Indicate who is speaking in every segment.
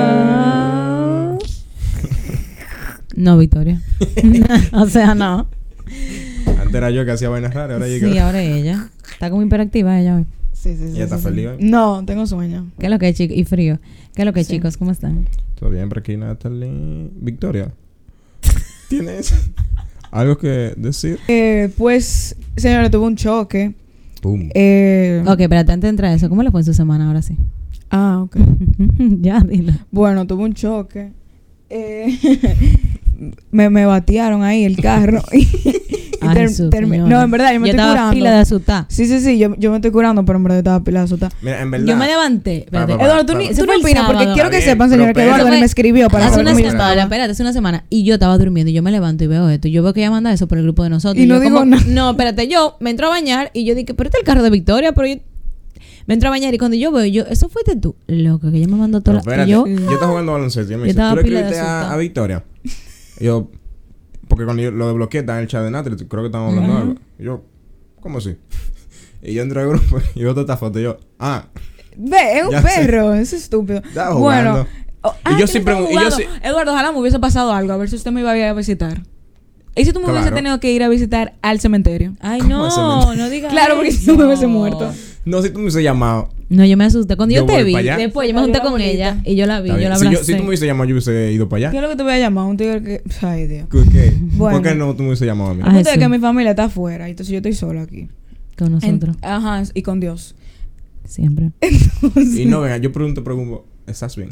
Speaker 1: Hello.
Speaker 2: No, Victoria. o sea, no.
Speaker 3: Antes era yo que hacía vainas raras, ahora yo
Speaker 2: Sí,
Speaker 3: que...
Speaker 2: ahora ella. Está como hiperactiva ella hoy.
Speaker 1: Sí, sí, sí.
Speaker 3: Ya está
Speaker 1: sí,
Speaker 3: feliz ¿eh?
Speaker 1: sí.
Speaker 3: hoy.
Speaker 1: No, tengo sueño.
Speaker 2: ¿Qué es lo que es, chicos? Y frío. ¿Qué es lo que es,
Speaker 1: Sí.
Speaker 2: chicos? ¿Cómo están?
Speaker 3: ¿Todo bien por aquí, Natalie? Victoria, ¿tienes algo que decir?
Speaker 1: Eh, pues, señora, tuve un choque.
Speaker 3: Boom.
Speaker 1: Eh,
Speaker 2: Ok, espérate, antes de entrar a eso, ¿cómo le fue en su semana ahora sí?
Speaker 1: Ah, ok.
Speaker 2: ya, dilo.
Speaker 1: Bueno, tuve un choque. Eh, me, me batearon ahí el carro. y
Speaker 2: Ay,
Speaker 1: ter-
Speaker 2: su
Speaker 1: termi-
Speaker 2: señora.
Speaker 1: no, en verdad, yo me estoy
Speaker 2: estaba
Speaker 1: curando.
Speaker 2: pila de asustar.
Speaker 1: Sí, sí, sí, yo, yo me estoy curando, pero en verdad estaba pila de azotar.
Speaker 3: Mira, en verdad...
Speaker 2: Yo me levanté. Espérate.
Speaker 3: Pa, pa, pa.
Speaker 1: Eduardo, tú, ni,
Speaker 3: Eso
Speaker 1: tú
Speaker 2: fue
Speaker 1: no
Speaker 2: el
Speaker 1: opinas, porque
Speaker 2: sábado.
Speaker 1: quiero que
Speaker 3: Bien,
Speaker 1: sepan, señor,
Speaker 3: pero
Speaker 1: que
Speaker 3: espérate.
Speaker 1: Eduardo ni me escribió para
Speaker 2: hace
Speaker 1: saber
Speaker 2: una
Speaker 1: cómo yo
Speaker 2: semana,
Speaker 1: estaba.
Speaker 2: espérate, hace una semana. Y yo estaba durmiendo. Y yo me levanto y veo esto. Y yo veo que ella manda eso por el grupo de nosotros.
Speaker 1: Y no
Speaker 2: yo
Speaker 1: digo
Speaker 2: como-
Speaker 1: nada.
Speaker 2: No, espérate, yo me entro a bañar y yo dije, pero este es el carro de Victoria, pero yo. Me entro a bañar y cuando yo veo, yo, eso fuiste tú. Loco, que ella me mandó
Speaker 3: Pero
Speaker 2: toda la.
Speaker 3: espérate,
Speaker 2: y
Speaker 3: yo...
Speaker 2: yo,
Speaker 3: estaba jugando baloncesto y me
Speaker 2: Yo
Speaker 3: dice,
Speaker 2: estaba
Speaker 3: ¿tú le
Speaker 2: pila de
Speaker 3: escribiste a,
Speaker 2: asustada.
Speaker 3: a Victoria? Y yo... Porque cuando yo lo desbloqueé, estaba en el chat de Natalie, creo que estábamos hablando de algo. Y yo, ¿cómo así? Y yo entré al grupo y veo toda esta foto y yo, ah...
Speaker 1: Ve, es un
Speaker 3: Ya sé.
Speaker 1: perro, es estúpido.
Speaker 3: Estaba
Speaker 1: Bueno,
Speaker 3: jugando.
Speaker 1: oh,
Speaker 3: Y yo siempre-
Speaker 1: estaba
Speaker 3: y yo
Speaker 1: jugando.
Speaker 3: sí-
Speaker 4: Eduardo, ojalá me hubiese pasado algo, a ver si usted me iba a ir a visitar. ¿Y si tú me hubiese
Speaker 3: Claro.
Speaker 4: tenido que ir a visitar al cementerio?
Speaker 2: ay,
Speaker 3: ¿Cómo se
Speaker 2: no,
Speaker 3: me-
Speaker 2: no digas.
Speaker 1: Claro, porque si no me hubiese muerto.
Speaker 3: No, si tú me hubiese llamado...
Speaker 2: No, yo me asusté. Cuando yo,
Speaker 3: Yo
Speaker 2: te
Speaker 3: voy
Speaker 2: vi,
Speaker 3: para allá.
Speaker 2: después yo me
Speaker 1: Ay,
Speaker 2: junté
Speaker 1: yo la
Speaker 2: con
Speaker 1: bonita.
Speaker 2: ella y yo la vi,
Speaker 3: Está
Speaker 2: yo
Speaker 3: bien.
Speaker 2: la
Speaker 3: si,
Speaker 2: abracé.
Speaker 3: yo, si tú me hubiese llamado, yo hubiese ido para
Speaker 1: ¿Qué
Speaker 3: allá.
Speaker 1: es lo que te voy a llamar? Un tigre que. Ay, Dios.
Speaker 3: ¿Qué? qué?
Speaker 1: Bueno.
Speaker 3: ¿Por qué no tú me hubiese llamado a mí?
Speaker 2: Ah,
Speaker 1: El punto es
Speaker 2: Jesús.
Speaker 1: que mi familia está afuera, entonces yo estoy sola aquí.
Speaker 2: Con
Speaker 1: En-
Speaker 2: nosotros,
Speaker 1: ajá, y con Dios.
Speaker 2: siempre.
Speaker 3: Y no, venga, yo pregunto, pregunto, ¿estás bien?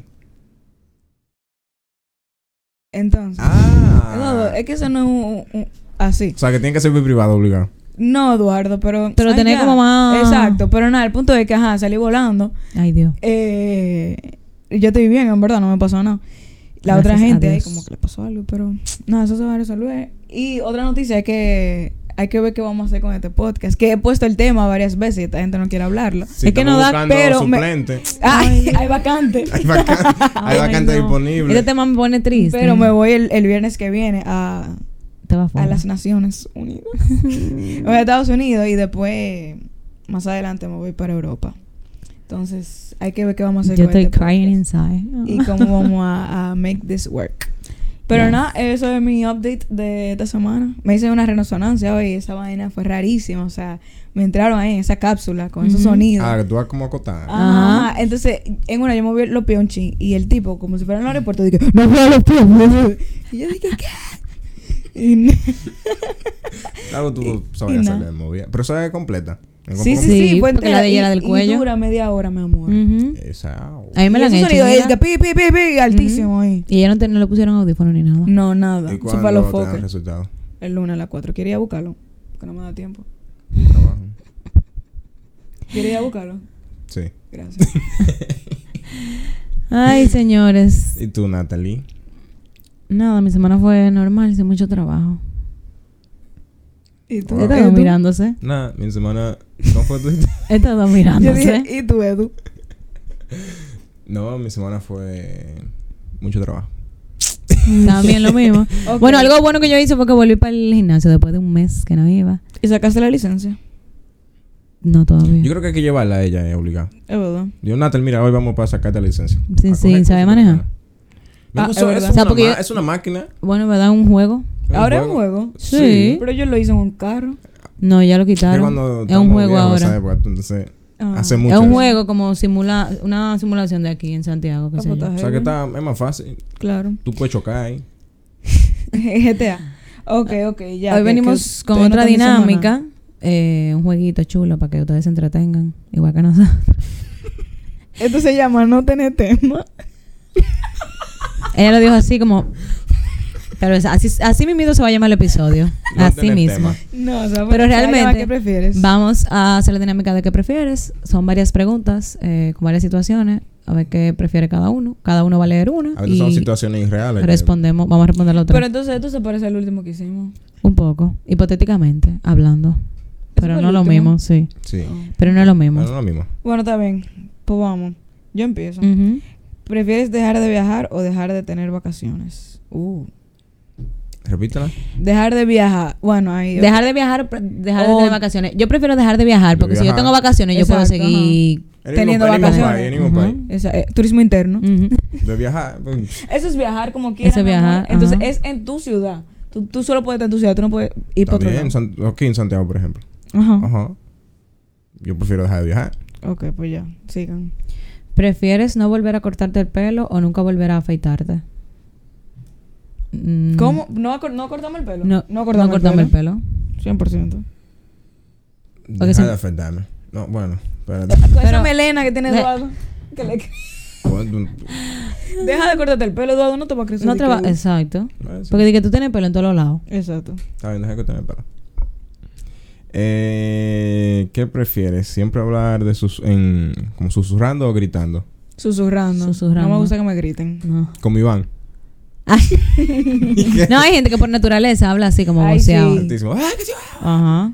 Speaker 1: Entonces. Eduardo,
Speaker 3: Ah.
Speaker 1: es que eso no es un- un- así.
Speaker 3: O sea, que tiene que ser muy privado, obligado.
Speaker 1: No, Eduardo, pero.
Speaker 2: Pero
Speaker 1: ay,
Speaker 2: tenés
Speaker 1: ya.
Speaker 2: como más-
Speaker 1: Exacto, pero nada, el punto es que, ajá, salí volando.
Speaker 2: Ay, Dios.
Speaker 1: Eh, yo estoy bien, en verdad, no me pasó nada. La
Speaker 2: Gracias
Speaker 1: otra
Speaker 2: a
Speaker 1: gente, ahí
Speaker 2: Dios.
Speaker 1: como que le pasó algo, pero nada, eso se va a resolver. Y otra noticia es que hay que ver qué vamos a hacer con este podcast. Que he puesto el tema varias veces y esta gente no quiere hablarlo.
Speaker 3: Si
Speaker 1: es que
Speaker 3: estamos
Speaker 1: no da,
Speaker 3: buscando
Speaker 1: pero. me-
Speaker 3: suplente.
Speaker 1: Ay, hay vacante.
Speaker 3: Hay vacante, hay
Speaker 2: Ay,
Speaker 3: vacante
Speaker 2: no.
Speaker 3: disponible.
Speaker 2: Este tema me pone triste.
Speaker 1: Pero me voy el, el viernes que viene a,
Speaker 2: Te va
Speaker 1: a
Speaker 2: fuera.
Speaker 1: las Naciones Unidas.
Speaker 3: Mm.
Speaker 1: me voy a Estados Unidos y después, más adelante, me voy para Europa. Entonces, hay que ver qué vamos a hacer
Speaker 2: Yo
Speaker 1: con
Speaker 2: estoy
Speaker 1: este
Speaker 2: crying
Speaker 1: podcast.
Speaker 2: inside.
Speaker 1: y cómo vamos a, a make this work. Pero
Speaker 2: Yes.
Speaker 1: nada, eso es mi update de esta semana. Me hice una resonancia hoy, esa vaina fue rarísima, o sea, me entraron ahí en esa cápsula con esos
Speaker 2: Ujú.
Speaker 1: sonidos.
Speaker 3: Ah, que tú vas como acotada.
Speaker 1: Ajá.
Speaker 2: Ajá.
Speaker 1: Entonces, en una yo moví los pies un chin y el tipo, como si fuera en el aeropuerto, dije, no mueva los pies. no mueva". Y yo dije, ¿qué? Y n-
Speaker 3: Claro, tú
Speaker 1: y- y
Speaker 3: sabías
Speaker 1: nada.
Speaker 3: hacerle de movida. Pero eso es completa. En
Speaker 1: sí, sí,
Speaker 3: compu-
Speaker 1: sí,
Speaker 2: Sí,
Speaker 1: fue
Speaker 2: porque
Speaker 1: entera
Speaker 2: la de ella
Speaker 1: y-
Speaker 2: era del
Speaker 1: y
Speaker 2: cuello.
Speaker 1: dura media hora, mi amor.
Speaker 2: Ujú.
Speaker 3: Esa. oh.
Speaker 2: A mí me
Speaker 1: Eh, Y
Speaker 2: la han
Speaker 1: ese
Speaker 2: hecho.
Speaker 1: sonido es
Speaker 2: mira.
Speaker 1: que pi, pi, pi, pi, altísimo
Speaker 2: Ujú.
Speaker 1: ahí.
Speaker 2: Y ella no, te- no le pusieron audífono ni nada.
Speaker 1: No, nada.
Speaker 3: ¿Y
Speaker 1: Eso fue para los
Speaker 3: cuándo te dan
Speaker 1: focos.
Speaker 3: resultados?
Speaker 1: El lunes a las 4. Quería buscarlo. Que no me da tiempo.
Speaker 3: Trabajo.
Speaker 1: Quería buscarlo.
Speaker 3: Sí.
Speaker 1: Gracias.
Speaker 2: Ay, señores.
Speaker 3: ¿Y tú, Natalie?
Speaker 2: Nada, mi semana fue normal, sin mucho trabajo.
Speaker 1: ¿Y tú?
Speaker 3: Wow.
Speaker 1: ¿Y
Speaker 2: Estaba
Speaker 1: tú?
Speaker 2: mirándose.
Speaker 3: Nada, mi semana. ¿Cómo fue tu
Speaker 2: Estaba
Speaker 1: Yo
Speaker 2: mirándose.
Speaker 1: dije, ¿y tú, Edu?
Speaker 3: No, mi semana fue. Mucho trabajo.
Speaker 2: También lo mismo.
Speaker 1: Ok.
Speaker 2: Bueno, algo bueno que yo hice fue que volví para el gimnasio después de un mes que no iba.
Speaker 1: ¿Y sacaste la licencia?
Speaker 2: No todavía.
Speaker 3: Yo creo que hay que llevarla a ella, es obligada.
Speaker 1: Es verdad.
Speaker 3: Yo, Natal, mira, hoy vamos para sacarte la licencia.
Speaker 2: Sí,
Speaker 3: A
Speaker 2: sí,
Speaker 3: coger
Speaker 2: ¿sabe
Speaker 3: cosas
Speaker 2: manejar?
Speaker 3: bacanas. Me
Speaker 1: Ah,
Speaker 3: gustó,
Speaker 1: es verdad.
Speaker 3: es,
Speaker 2: O sea,
Speaker 3: una
Speaker 2: porque
Speaker 3: ma-
Speaker 2: yo-
Speaker 3: es una máquina.
Speaker 2: Bueno, ¿verdad? Un juego.
Speaker 1: Ahora es un juego.
Speaker 2: Sí.
Speaker 1: Pero yo lo hice en un carro.
Speaker 2: No, ya lo
Speaker 3: Yo
Speaker 2: quitaron.
Speaker 3: cuando
Speaker 2: Es un
Speaker 3: estamos
Speaker 2: juego
Speaker 3: viejos,
Speaker 2: ahora.
Speaker 3: ¿sabes? Pues, entonces,
Speaker 1: Ah.
Speaker 3: hace mucho.
Speaker 2: Es un
Speaker 3: eso.
Speaker 2: juego como simula una simulación de aquí en Santiago. qué
Speaker 1: Ah,
Speaker 2: sé
Speaker 1: pues,
Speaker 2: yo.
Speaker 3: O sea, que está, es más fácil.
Speaker 1: Claro.
Speaker 3: Tú puedes chocar ahí.
Speaker 1: GTA. Ok, ok, ya.
Speaker 2: Hoy
Speaker 1: que-
Speaker 2: venimos
Speaker 1: que
Speaker 2: con
Speaker 1: ustedes no
Speaker 2: otra
Speaker 1: están diciendo
Speaker 2: dinámica. eh, un jueguito chulo para que ustedes se entretengan. Igual que nosotros.
Speaker 1: nada. Esto se llama No tener tema.
Speaker 2: Ella lo dijo así como... Pero es- así, así mismo se va a llamar el episodio.
Speaker 3: No
Speaker 2: así
Speaker 3: tener
Speaker 2: mismo.
Speaker 3: tema.
Speaker 1: No, o sea,
Speaker 2: Pero
Speaker 1: se llama
Speaker 2: realmente,
Speaker 1: ¿Qué prefieres?
Speaker 2: Vamos a hacer la dinámica de qué prefieres. Son varias preguntas eh, con varias situaciones. A ver qué prefiere cada uno. Cada uno va a leer una.
Speaker 3: A veces
Speaker 2: y
Speaker 3: son situaciones irreales. que-
Speaker 2: respondemos. Vamos a responder la otra.
Speaker 4: Pero entonces esto se parece al último que hicimos.
Speaker 2: Un poco. Hipotéticamente, hablando. Pero
Speaker 4: fue
Speaker 2: no
Speaker 4: el
Speaker 2: lo
Speaker 4: último?
Speaker 2: mismo, sí.
Speaker 3: Sí.
Speaker 2: Pero no es lo mismo.
Speaker 3: Pero no es lo mismo.
Speaker 1: Bueno, está bien. Pues vamos. Yo empiezo.
Speaker 2: Ujú.
Speaker 1: ¿Prefieres dejar de viajar o dejar de tener vacaciones? Uh.
Speaker 3: Repítela.
Speaker 1: Dejar de viajar. Bueno, ahí.
Speaker 2: Dejar de viajar, pre- dejar de
Speaker 1: O-
Speaker 2: tener vacaciones. Yo prefiero dejar de viajar,
Speaker 3: De
Speaker 2: porque si yo
Speaker 3: viajar.
Speaker 2: tengo vacaciones, yo puedo
Speaker 1: Exacto, ajá.
Speaker 2: seguir.
Speaker 3: En
Speaker 1: Teniendo
Speaker 3: ningún país,
Speaker 1: vacaciones.
Speaker 3: En ningún país. en ningún
Speaker 1: Esa- eh, turismo interno.
Speaker 2: Ujú.
Speaker 3: país. De viajar. pues,
Speaker 1: Eso es viajar como quieras.
Speaker 2: Eso es
Speaker 1: mi amor.
Speaker 2: viajar,
Speaker 1: Entonces
Speaker 2: ajá.
Speaker 1: es en tu ciudad. Tú, tú solo puedes estar en tu ciudad, tú no puedes ir
Speaker 3: Está
Speaker 1: para otro
Speaker 3: bien.
Speaker 1: lado.
Speaker 3: San- Aquí en Santiago, por ejemplo.
Speaker 1: Ajá.
Speaker 3: Ajá. Yo prefiero dejar de viajar.
Speaker 1: Ok, pues ya. Sigan.
Speaker 2: ¿Prefieres no volver a cortarte el pelo o nunca volver a afeitarte? Mm,
Speaker 1: ¿Cómo? ¿No, acor- no cortamos el pelo?
Speaker 2: No,
Speaker 1: no cortamos, el pelo.
Speaker 2: pelo.
Speaker 1: 100%.
Speaker 3: Dejar
Speaker 2: sí.
Speaker 3: de afectarme. No, bueno, espérate.
Speaker 1: Con
Speaker 2: Pero-
Speaker 1: esa melena que tiene
Speaker 2: Ne-
Speaker 1: Eduardo. que le-
Speaker 3: Bueno,
Speaker 1: Deja de cortarte el pelo, Eduardo, no te va a crecer.
Speaker 2: No
Speaker 1: de
Speaker 2: traba-
Speaker 1: que-
Speaker 2: Exacto.
Speaker 3: bueno, sí.
Speaker 2: Porque di que tú tienes pelo en todos los lados.
Speaker 1: Exacto.
Speaker 3: Está bien, deja que te me para. Eh, ¿Qué prefieres? ¿Siempre hablar de sus en como susurrando o gritando?
Speaker 1: Susurrando.
Speaker 2: Susurrando.
Speaker 1: No me gusta que me griten.
Speaker 2: No.
Speaker 3: Como Iván.
Speaker 2: no, hay gente que por naturaleza habla así como
Speaker 1: Ay,
Speaker 2: voceado.
Speaker 1: sí.
Speaker 3: Altísimo. ¡Ah, qué sí!
Speaker 2: Ajá.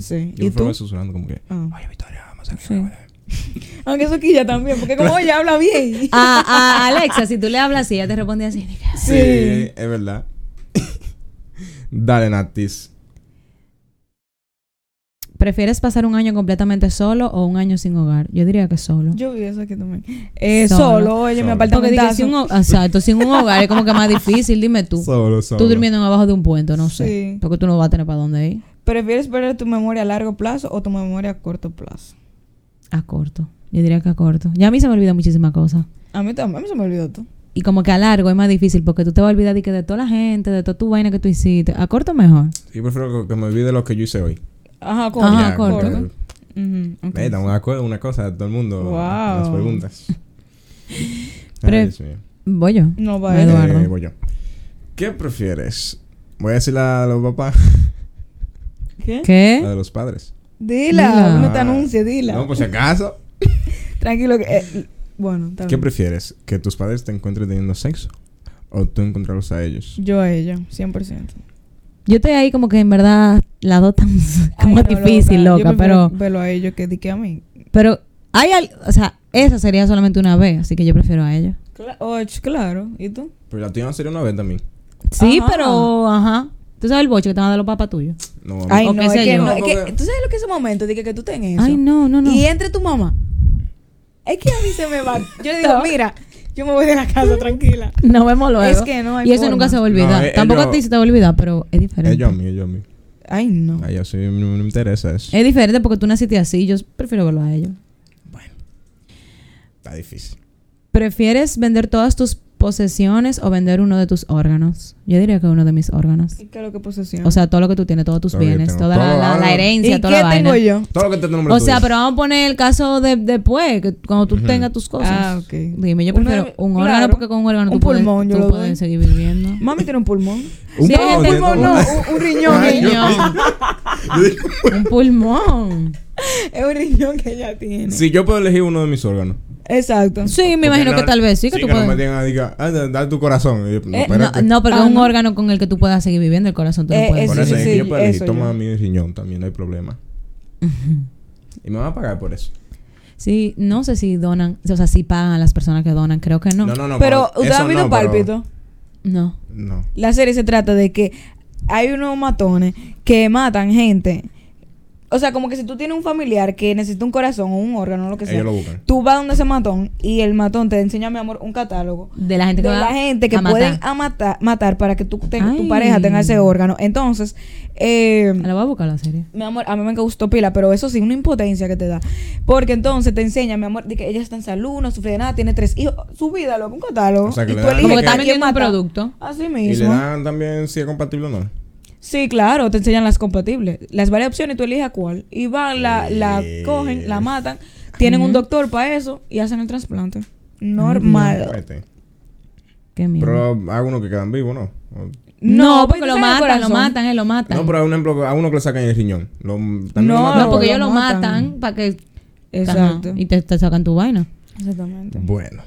Speaker 1: Sí.
Speaker 3: Yo
Speaker 1: ¿Y tú?
Speaker 3: prefiero susurrando como que.
Speaker 1: Ah.
Speaker 3: Oye, Victoria, vamos a
Speaker 1: Sí. Aunque eso quilla también, porque como ella habla bien.
Speaker 2: A, a Alexa, si tú le hablas así, ella te responde así.
Speaker 3: Sí, es verdad. Dale, Natis.
Speaker 2: ¿Prefieres pasar un año completamente solo o un año sin hogar? Yo diría que solo.
Speaker 1: Yo vi eso aquí también. Eh,
Speaker 2: Solo.
Speaker 1: solo. oye,
Speaker 3: Solo.
Speaker 1: me
Speaker 2: Porque dije,
Speaker 1: apartamentazo.
Speaker 2: sin un, ho- exacto, sin un hogar es como que más difícil, dime tú.
Speaker 3: Solo, solo.
Speaker 2: Tú durmiendo en abajo de un puente, no sé.
Speaker 1: Sí.
Speaker 2: Porque tú no vas a tener para dónde ir.
Speaker 1: ¿Prefieres perder tu memoria a largo plazo o tu memoria a corto plazo?
Speaker 2: A corto. Yo diría que a corto. Ya a mí se me olvidan muchísimas cosas.
Speaker 1: A mí también se me olvidó tú.
Speaker 2: Y como que a largo es más difícil porque tú te vas a olvidar de, que de toda la gente, de toda tu vaina que tú hiciste. A corto mejor.
Speaker 3: Yo prefiero que, que me olvide lo que yo hice hoy.
Speaker 1: Ajá,
Speaker 2: corto. Ajá,
Speaker 3: Ya,
Speaker 2: corto.
Speaker 3: como que-
Speaker 1: Ujú, ok.
Speaker 3: Eh, estamos de acuerdo, una cosa de todo el mundo.
Speaker 1: Wow.
Speaker 3: Las preguntas. Ay,
Speaker 2: Pre-
Speaker 3: Dios mío.
Speaker 2: Voy yo.
Speaker 1: No va
Speaker 2: Eh, Eduardo.
Speaker 3: voy yo. ¿Qué prefieres? Voy a decirle a los papás,
Speaker 1: ¿Qué?
Speaker 3: la
Speaker 2: ¿Qué?
Speaker 3: de los padres. Ah.
Speaker 1: Dila,
Speaker 2: Dila.
Speaker 1: ¿Eh? no te anuncie, dila.
Speaker 3: No, pues, por si acaso.
Speaker 1: Tranquilo, que. eh, bueno, está
Speaker 3: ¿Qué
Speaker 1: bien.
Speaker 3: prefieres? ¿Que tus padres te encuentren teniendo sexo? ¿O tú encontrarlos a ellos?
Speaker 1: Yo a ella, 100%.
Speaker 2: Yo estoy ahí como que en verdad las dos tan como
Speaker 1: Ay, no,
Speaker 2: difícil,
Speaker 1: loca,
Speaker 2: loca,
Speaker 1: yo prefiero
Speaker 2: pero
Speaker 1: Verlo a ellos que di que a mí.
Speaker 2: pero hay al- o sea, esa sería solamente una vez, así que yo prefiero a ellos.
Speaker 1: Cla- och, claro. ¿Y tú?
Speaker 3: Pero la tuya sería una vez también.
Speaker 2: Sí,
Speaker 1: Ajá.
Speaker 2: pero ajá. Tú sabes el boche que te van a dar los papás tuyos.
Speaker 3: No, Eh,
Speaker 2: Ay,
Speaker 3: no.
Speaker 2: o qué sé yo.
Speaker 1: no, es que-
Speaker 3: Porque-
Speaker 1: ¿Tú sabes lo que es ese momento? Dije que tú tengas eso.
Speaker 2: Ay, no, no, no.
Speaker 1: Y entre tu mamá. Es que a mí se me va. Yo le digo, mira, yo me voy de la casa tranquila.
Speaker 2: Nos vemos luego.
Speaker 1: Es que no hay
Speaker 2: Y eso
Speaker 1: forma.
Speaker 2: nunca se va a olvidar.
Speaker 3: No, eh,
Speaker 2: Tampoco
Speaker 3: ellos-
Speaker 2: a ti se te va a olvidar, pero es diferente.
Speaker 3: Ellos a mí, ellos a mí.
Speaker 1: Ay, no. Eh.
Speaker 3: A ellos sí no, no me interesa eso.
Speaker 2: Es diferente porque tú naciste así. Yo prefiero verlo a ellos.
Speaker 3: Está difícil.
Speaker 2: ¿Prefieres vender todas tus posesiones o vender uno de tus órganos? Yo diría que uno de mis órganos.
Speaker 1: ¿Y qué es lo que posesión?
Speaker 2: O sea, todo lo que tú tienes, todos tus
Speaker 3: Todo lo que
Speaker 2: bienes,
Speaker 3: tengo.
Speaker 2: toda la,
Speaker 3: Todo, ah.
Speaker 2: la-
Speaker 3: ahora-
Speaker 2: la herencia,
Speaker 1: ¿Y
Speaker 2: toda la
Speaker 1: qué
Speaker 2: vaena.
Speaker 1: tengo yo?
Speaker 3: Todo lo que te nombre
Speaker 2: O sea, pero vamos a poner el caso de después, que cuando tú tengas tus cosas.
Speaker 1: Ah, ok.
Speaker 2: Dime, yo
Speaker 1: Uno
Speaker 2: prefiero
Speaker 1: de-
Speaker 2: un
Speaker 1: claro.
Speaker 2: órgano porque con un órgano
Speaker 1: Un
Speaker 2: tú puedes-
Speaker 1: pulmón, yo
Speaker 2: tú
Speaker 1: lo
Speaker 2: puedes
Speaker 1: doy.
Speaker 2: seguir viviendo.
Speaker 1: Mami tiene un pulmón.
Speaker 3: Un
Speaker 2: Sí,
Speaker 3: pulmón,
Speaker 2: el
Speaker 3: tiene
Speaker 1: pulmón
Speaker 3: todo.
Speaker 1: no, un, un riñón.
Speaker 3: Ay, yo-
Speaker 2: Riñón. un pulmón.
Speaker 1: Es un riñón que ella tiene.
Speaker 3: Si yo puedo elegir uno de mis órganos.
Speaker 1: Exacto.
Speaker 2: Sí, me
Speaker 3: Porque
Speaker 2: imagino
Speaker 3: no-
Speaker 2: que tal vez sí, que tú
Speaker 3: no
Speaker 2: puedes.
Speaker 3: me digan, diga, ah, da, da tu corazón. Y yo, no,
Speaker 1: Eh,
Speaker 2: No,
Speaker 3: espérate.
Speaker 2: no, porque
Speaker 1: Ah,
Speaker 2: es un
Speaker 1: no.
Speaker 2: órgano con el que tú puedas seguir viviendo, el corazón tú no
Speaker 1: Eh,
Speaker 2: puedes.
Speaker 1: eh,
Speaker 3: Por
Speaker 1: sí,
Speaker 3: eso
Speaker 1: sí,
Speaker 3: es que
Speaker 1: sí,
Speaker 3: yo puedo elegir,
Speaker 1: eso
Speaker 3: toma
Speaker 1: yo.
Speaker 3: mi riñón también, no hay problema. Y me van a pagar por eso.
Speaker 2: Sí, no sé si donan, o sea, si pagan a las personas que donan, creo que no.
Speaker 3: No, no, no.
Speaker 1: pero,
Speaker 3: eso
Speaker 1: ¿usted ha visto
Speaker 3: no, pero-
Speaker 1: pálpito?
Speaker 2: No.
Speaker 3: No.
Speaker 1: La serie se trata de que hay unos matones que matan gente. O sea, como que si tú tienes un familiar que necesita un corazón o un órgano, lo que sea,
Speaker 3: Ellos lo buscan.
Speaker 1: tú vas donde ese matón y el matón te enseña, mi amor, un catálogo
Speaker 2: De la gente
Speaker 1: de
Speaker 2: que va
Speaker 1: la gente que
Speaker 2: a matar.
Speaker 1: pueden a matar, matar para que tú te-
Speaker 2: Ay.
Speaker 1: tu pareja tenga ese órgano. Entonces, eh,
Speaker 2: La Ah, voy a buscar la serie.
Speaker 1: mi amor, a mí me gustó pila, pero eso sí, una impotencia que te da. Porque entonces te enseña, mi amor, de que ella está en salud, no sufre de nada, tiene tres hijos. Su vida, loco, un catálogo.
Speaker 3: O sea, que
Speaker 1: y
Speaker 3: le
Speaker 1: tú
Speaker 3: dan-
Speaker 1: eliges
Speaker 2: Como que
Speaker 1: a
Speaker 2: están
Speaker 1: quién
Speaker 2: vendiendo un
Speaker 1: matar.
Speaker 2: producto.
Speaker 1: Así
Speaker 3: Y
Speaker 1: mismo.
Speaker 3: le dan también si es compatible o no.
Speaker 1: Sí, claro, te enseñan las compatibles. Las varias opciones y tú eliges a cuál. Y van, la, la
Speaker 3: Eh.
Speaker 1: cogen, la matan, tienen un doctor para eso y hacen el trasplante. Normal.
Speaker 3: Vete.
Speaker 2: Qué miedo.
Speaker 3: Este. Pero hay uno que quedan vivo, ¿no? O-
Speaker 2: no,
Speaker 1: pues,
Speaker 2: porque lo
Speaker 1: te sacan el
Speaker 2: matan, lo
Speaker 1: corazón.
Speaker 2: matan, eh, lo matan.
Speaker 3: No, pero hay un ejemplo, a uno que le sacan el riñón. Lo- también
Speaker 1: No,
Speaker 3: lo matan.
Speaker 2: No, porque
Speaker 1: lo
Speaker 2: ellos lo matan,
Speaker 1: matan.
Speaker 2: para que.
Speaker 1: Exacto.
Speaker 2: Ajá, y te, te sacan tu vaina.
Speaker 1: Exactamente.
Speaker 3: Bueno.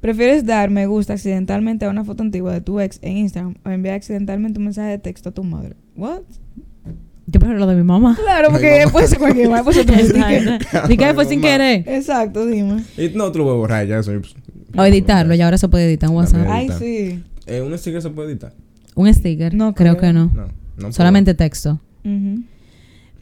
Speaker 1: ¿Prefieres dar me gusta accidentalmente a una foto antigua de tu ex en Instagram o enviar accidentalmente un mensaje de texto a tu madre? ¿What?
Speaker 2: Yo prefiero lo de mi mamá.
Speaker 1: Claro, porque puede ser cualquier mal, puede ser otro sticker.
Speaker 2: Exacto. Ni pues, que fue sin
Speaker 3: Mamá.
Speaker 2: querer.
Speaker 1: Exacto, dime.
Speaker 3: Y no, tú lo puedes borrar ya. Eso, pues,
Speaker 2: O editarlo, ya ahora se puede editar en WhatsApp.
Speaker 3: También.
Speaker 1: Ay,
Speaker 3: está.
Speaker 1: sí.
Speaker 3: Eh, un sticker se puede editar.
Speaker 2: Un sticker.
Speaker 1: No
Speaker 2: creo,
Speaker 1: creo.
Speaker 2: que no.
Speaker 3: No, no
Speaker 2: Solamente texto.
Speaker 1: Ujú.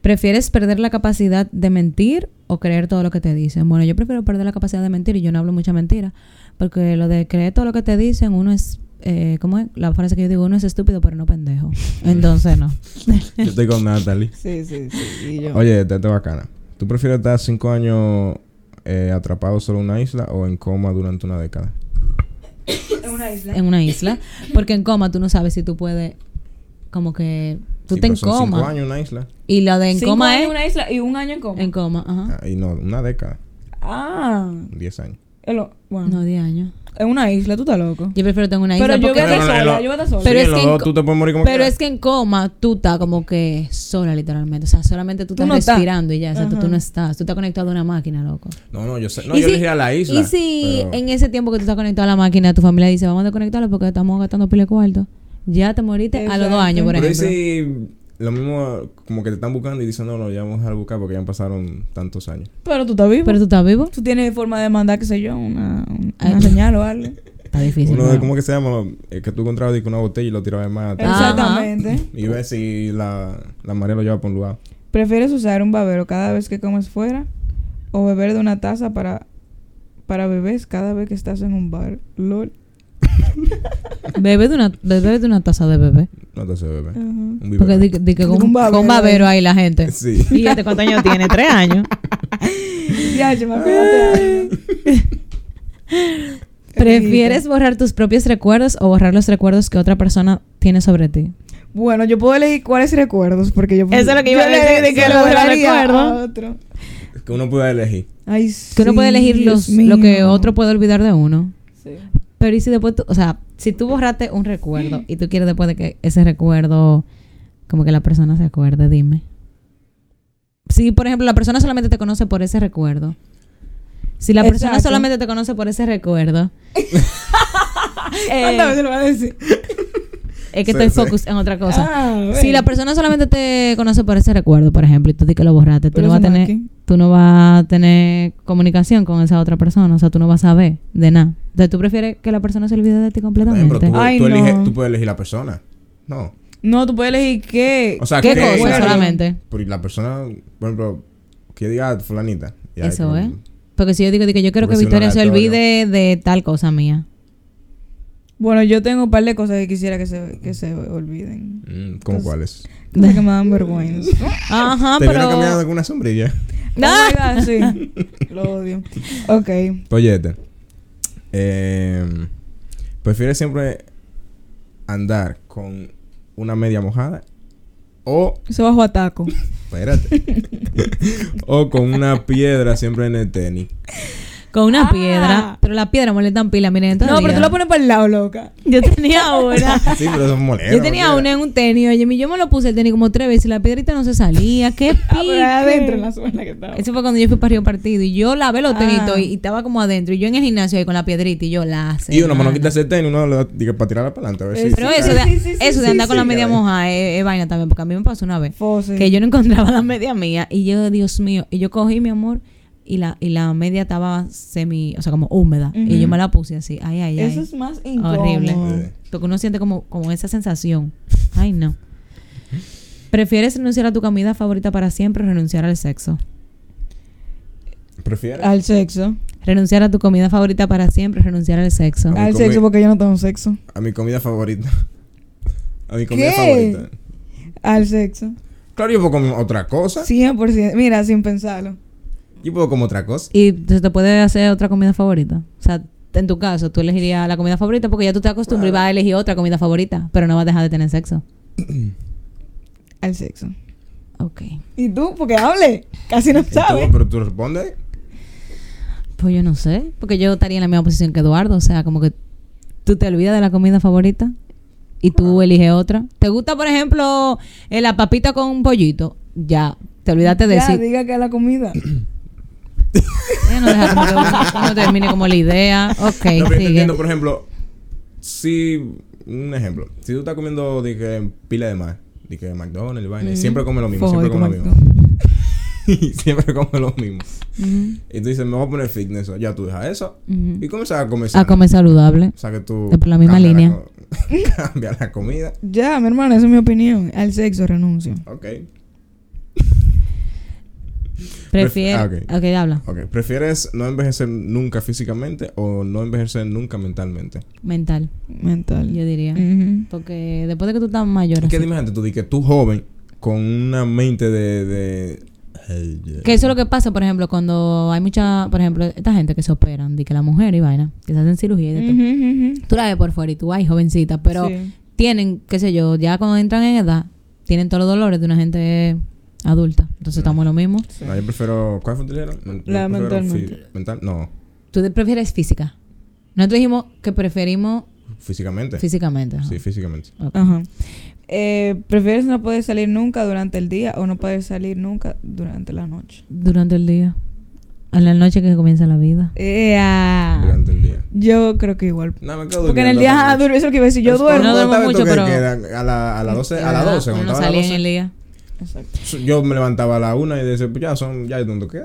Speaker 2: ¿Prefieres perder la capacidad de mentir o creer todo lo que te dicen? Bueno, yo prefiero perder la capacidad de mentir y yo no hablo mucha mentira. Porque lo de creer todo lo que te dicen, uno es. Eh, ¿Cómo es? La frase que yo digo, uno es estúpido, pero no pendejo. Entonces, no.
Speaker 3: puedo. Yo estoy con Natalie.
Speaker 1: Sí, sí, sí. y yo.
Speaker 3: Oye, esta está bacana. ¿Tú prefieres estar cinco años eh, atrapado solo en una isla o en coma durante una década?
Speaker 2: en una isla. Porque en coma tú no sabes si tú puedes. Como que. Tú te
Speaker 3: Sí, pero
Speaker 2: en
Speaker 3: son cinco
Speaker 2: coma.
Speaker 3: años en una isla.
Speaker 2: Y lo de en
Speaker 4: Cinco
Speaker 2: coma
Speaker 4: años
Speaker 2: es.
Speaker 4: en una isla y un año en coma.
Speaker 2: En coma, ajá.
Speaker 3: Ah, y no, una década.
Speaker 4: Ah.
Speaker 3: Diez años.
Speaker 4: el o- bueno.
Speaker 2: No, 10 años.
Speaker 4: En una isla, tú estás loco.
Speaker 2: Yo prefiero estar en una isla.
Speaker 4: Pero yo
Speaker 2: porque-
Speaker 4: voy a estar
Speaker 3: Pero en
Speaker 4: sola,
Speaker 3: lo-
Speaker 4: yo voy a estar sola.
Speaker 2: Pero
Speaker 3: Sí,
Speaker 2: es
Speaker 3: en
Speaker 2: que
Speaker 3: los
Speaker 2: en
Speaker 3: dos
Speaker 2: co-
Speaker 3: tú te puedes morir como
Speaker 2: Pero
Speaker 3: quieras.
Speaker 2: es que en coma tú estás como que sola, literalmente. O sea, solamente tú
Speaker 4: Tú
Speaker 2: estás
Speaker 4: no estás.
Speaker 2: respirando y ya. Exacto, tú
Speaker 4: Ajá.
Speaker 2: no estás. Tú estás conectado a una máquina, loco.
Speaker 3: No, no, yo sé. No,
Speaker 2: ¿Y
Speaker 3: yo
Speaker 2: si-
Speaker 3: elegí a la isla.
Speaker 2: Y si
Speaker 3: pero-
Speaker 2: en ese tiempo que tú estás conectado a la máquina, tu familia dice, vamos a desconectarlo porque estamos gastando pile de cuarto. Ya te moriste a los dos
Speaker 4: Exacto.
Speaker 2: años, por
Speaker 3: Pero y
Speaker 2: ejemplo.
Speaker 3: si lo mismo, como que te están buscando y dicen, no, no, ya vamos a buscar porque ya pasaron tantos años.
Speaker 1: Pero tú estás vivo.
Speaker 2: Pero tú estás vivo.
Speaker 1: tú tienes forma de mandar, qué sé yo, una, un-
Speaker 2: Ay.
Speaker 1: una señal o algo.
Speaker 2: Está difícil.
Speaker 3: Uno de,
Speaker 2: pero-
Speaker 3: ¿cómo que se llama? Eh, que tú encontrabas dice, una botella y lo tirabas más atrás.
Speaker 2: Ah.
Speaker 1: Exactamente.
Speaker 3: Y ves si la, la marea lo lleva por un lugar.
Speaker 1: ¿Prefieres usar un babero cada vez que comes fuera o beber de una taza para, para bebés cada vez que estás en un bar? LOL.
Speaker 2: Bebe de una, bebe de una taza de bebé.
Speaker 3: No te sé, bebé.
Speaker 1: Ajá.
Speaker 3: Un bibero.
Speaker 2: Porque di, di que con, con
Speaker 1: Con babero
Speaker 2: babero,
Speaker 1: ahí.
Speaker 2: ahí la gente.
Speaker 3: Sí.
Speaker 2: ¿Y este cuántos años tiene? Tres años.
Speaker 1: Ya, yo me acuerdo.
Speaker 2: ¿Prefieres borrar tus propios recuerdos o borrar los recuerdos que otra persona tiene sobre ti?
Speaker 1: Bueno, yo puedo elegir cuáles recuerdos porque yo
Speaker 2: Eso es lo que iba a
Speaker 1: yo
Speaker 2: decir,
Speaker 1: le-
Speaker 2: de que
Speaker 1: se
Speaker 2: lo de los
Speaker 1: borraría
Speaker 2: recuerdos.
Speaker 1: a otro.
Speaker 3: Que uno pueda elegir.
Speaker 1: Ay,
Speaker 2: Que uno
Speaker 1: sí,
Speaker 2: puede elegir
Speaker 1: Dios
Speaker 2: los, lo que
Speaker 1: mío.
Speaker 2: otro puede olvidar de uno.
Speaker 4: Sí.
Speaker 2: Pero y si después tú, o sea, si tú borraste un recuerdo y tú quieres después de que ese recuerdo, como que la persona se acuerde, dime. Si, por ejemplo, la persona solamente te conoce por ese recuerdo. Si la persona
Speaker 1: Exacto.
Speaker 2: solamente te conoce por ese recuerdo,
Speaker 1: ¿Cuántas veces lo va a decir?
Speaker 2: es que
Speaker 3: Sí,
Speaker 2: te
Speaker 3: sí.
Speaker 2: focus en otra cosa.
Speaker 1: Ah,
Speaker 2: si la
Speaker 1: bueno.
Speaker 2: persona solamente te conoce por ese recuerdo, por ejemplo, y tú di que lo borraste, tú
Speaker 1: Pero
Speaker 2: no, vas a
Speaker 1: eso no
Speaker 2: tener,
Speaker 1: aquí.
Speaker 2: tú no vas a tener comunicación con esa otra persona, o sea, tú no vas a saber de nada. Entonces, tú prefieres que la persona se olvide de ti
Speaker 3: También,
Speaker 2: completamente.
Speaker 3: pero tú,
Speaker 1: Ay,
Speaker 3: tú
Speaker 1: no.
Speaker 3: eliges- tú puedes elegir la persona. No.
Speaker 1: No, tú puedes elegir qué.
Speaker 3: O sea,
Speaker 2: ¿Qué
Speaker 3: que-
Speaker 2: cosa
Speaker 3: bueno,
Speaker 2: solamente?
Speaker 3: Pero y la persona, por ejemplo, que diga fulanita. Ya, mm,
Speaker 2: Eso
Speaker 3: que-
Speaker 2: es. Porque si yo digo, digo yo quiero
Speaker 3: Porque
Speaker 2: que
Speaker 3: si uno
Speaker 2: Victoria se
Speaker 3: aleatorio.
Speaker 2: olvide de tal cosa mía.
Speaker 1: Bueno, yo tengo un par de cosas que quisiera que se, que se olviden.
Speaker 3: Mm, ¿Cómo cuáles?
Speaker 1: Cosas que me dan vergüenza. Oh
Speaker 2: Ajá,
Speaker 3: Te vieron caminando
Speaker 2: pero.
Speaker 3: con una sombrilla.
Speaker 1: No. sí. Lo odio. Ok.
Speaker 3: Oye, este. Eh, ¿Prefieres siempre andar con una media mojada o,
Speaker 1: Eso bajo ataco.
Speaker 3: espérate, o con una piedra siempre en el tenis?
Speaker 2: Con una piedra. Pero las piedras molestan pila, miren. entonces
Speaker 1: Ah. No, pero tú
Speaker 2: ya.
Speaker 1: lo pones para el lado, loca.
Speaker 2: Yo tenía una.
Speaker 3: Sí, pero son moleros.
Speaker 2: Yo tenía una en un tenis, oye, mi- yo me lo puse el tenis como tres veces y la piedrita no se salía. ¡Qué
Speaker 1: Ah, pero era adentro en
Speaker 2: pique!
Speaker 1: la zona que estaba.
Speaker 2: Eso fue cuando yo fui para Río Partido y yo lavé los tenis y
Speaker 1: Ah.
Speaker 2: todo, y, y estaba como adentro. Y yo en el gimnasio ahí con la piedrita y yo la hace.
Speaker 3: Y uno, mano, quita ese tenis, uno le da para tirarla para adelante. A ver si.
Speaker 2: Pero eso de,
Speaker 1: Sí, sí, sí,
Speaker 2: eso de
Speaker 1: sí,
Speaker 2: andar con
Speaker 3: sí,
Speaker 2: la media
Speaker 3: caray.
Speaker 2: moja es, es vaina también, porque a mí me pasó una vez.
Speaker 1: Fósil.
Speaker 2: que yo no encontraba la media mía y yo, Dios mío, y yo cogí mi amor y la, y la media estaba semi, o sea, como húmeda y yo me la puse así, ay, ay, ay.
Speaker 1: Eso es más incómodo.
Speaker 2: horrible.
Speaker 3: incómodo.
Speaker 2: Porque uno siente como, como esa sensación. Ay, no. ¿Prefieres renunciar a tu comida favorita para siempre o renunciar al sexo?
Speaker 3: ¿Prefieres?
Speaker 1: Al sexo.
Speaker 2: Renunciar a tu comida favorita para siempre o renunciar al sexo.
Speaker 3: Ah.
Speaker 1: Al
Speaker 3: comi-
Speaker 1: sexo porque yo no tengo sexo.
Speaker 3: A mi comida favorita. A mi comida
Speaker 1: ¿Qué?
Speaker 3: favorita.
Speaker 1: Al sexo.
Speaker 3: Claro, yo puedo comer otra cosa.
Speaker 1: 100%. Mira, sin pensarlo.
Speaker 3: Yo puedo comer otra cosa.
Speaker 2: ¿Y se te puede hacer otra comida favorita? O sea, en tu caso, tú elegirías la comida favorita porque ya tú te acostumbras y vas a elegir otra comida favorita, pero no vas a dejar de tener sexo.
Speaker 1: Al sexo.
Speaker 2: Ok.
Speaker 1: ¿Y tú? Porque hable. Casi no
Speaker 3: ¿Y tú?
Speaker 1: sabes.
Speaker 3: pero tú respondes.
Speaker 2: Pues yo no sé, porque yo estaría en la misma posición que Eduardo, o sea, como que tú te olvidas de la comida favorita y tú eliges otra. ¿Te gusta, por ejemplo, eh, la papita con un pollito? Ya, te olvidaste de
Speaker 1: ya,
Speaker 2: decir.
Speaker 1: diga que es la comida.
Speaker 2: Ella no deja como que uno termine como la idea. Ok,
Speaker 3: no, pero yo te
Speaker 2: sigue.
Speaker 3: entiendo, por ejemplo, si. Un ejemplo. Si tú estás comiendo, dije, pila de más. Dije, McDonald's, y vaina. y siempre
Speaker 2: Mm,
Speaker 3: come lo mismo.
Speaker 1: Foy,
Speaker 3: siempre come lo
Speaker 1: como
Speaker 3: mismo. siempre come lo mismo. Y tú dices, me voy a poner fitness. Ya tú dejas eso.
Speaker 2: Ujú.
Speaker 3: Y comienzas a comer.
Speaker 2: A
Speaker 3: sano.
Speaker 2: comer saludable.
Speaker 3: O sea que tú.
Speaker 2: Es por la misma
Speaker 3: cambias
Speaker 2: línea.
Speaker 3: co- cambia la comida.
Speaker 1: Ya, mi hermana, esa es mi opinión. Al sexo renuncio.
Speaker 3: Ok.
Speaker 2: Prefiero.
Speaker 3: Ah, ok.
Speaker 2: ok, habla.
Speaker 3: Ok. ¿Prefieres no envejecer nunca físicamente o no envejecer nunca mentalmente?
Speaker 2: Mental,
Speaker 1: Mental.
Speaker 2: yo diría.
Speaker 1: Ujú.
Speaker 2: Porque después de que tú estás mayor.
Speaker 3: Es que
Speaker 2: así-
Speaker 3: dime antes, tú di que tú joven, con una mente de. de... Ay, ya.
Speaker 2: Que eso es lo que pasa, por ejemplo, cuando hay mucha. Por ejemplo, esta gente que se operan, de que la mujer y vaina, que se hacen cirugía y de todo.
Speaker 1: Ujú, ujú.
Speaker 2: Tú la ves por fuera y tú, ay, jovencita, pero
Speaker 1: Sí.
Speaker 2: tienen, qué sé yo, ya cuando entran en edad, tienen todos los dolores de una gente adulta. Entonces estamos en lo mismo.
Speaker 3: No, yo prefiero. ¿Cuál fue tu ligero? Men- yo prefiero
Speaker 1: La mentalmente.
Speaker 3: fi- Mental. No,
Speaker 2: Tú de- prefieres física. Nosotros dijimos que preferimos
Speaker 3: físicamente.
Speaker 2: físicamente. ajá.
Speaker 3: Sí, físicamente.
Speaker 1: Ajá. Eh, ¿Prefieres no poder salir nunca durante el día o no poder salir nunca durante la noche?
Speaker 2: Durante el día. A la noche que comienza la vida.
Speaker 1: Ea.
Speaker 3: Durante el día.
Speaker 1: Yo creo que igual.
Speaker 3: No, me quedo
Speaker 1: Porque en el
Speaker 3: durmiendo
Speaker 1: día,
Speaker 3: hasta
Speaker 1: ah,
Speaker 3: la noche.
Speaker 1: duerme, eso es lo que iba a decir. Yo
Speaker 3: Es
Speaker 1: duermo.
Speaker 2: no
Speaker 3: cuando
Speaker 2: duermo
Speaker 3: estaba el
Speaker 2: mucho,
Speaker 3: toque de
Speaker 2: pero-
Speaker 3: queda- a, la, a las 12, a las
Speaker 2: ¿Verdad?
Speaker 3: 12,
Speaker 2: Uno
Speaker 3: cuando
Speaker 2: no
Speaker 3: estaba a
Speaker 2: salía
Speaker 3: las
Speaker 2: en el
Speaker 3: 12,
Speaker 2: día.
Speaker 1: Exacto.
Speaker 3: yo me levantaba a la 1 y decía, pues ya son, ya es donde queda.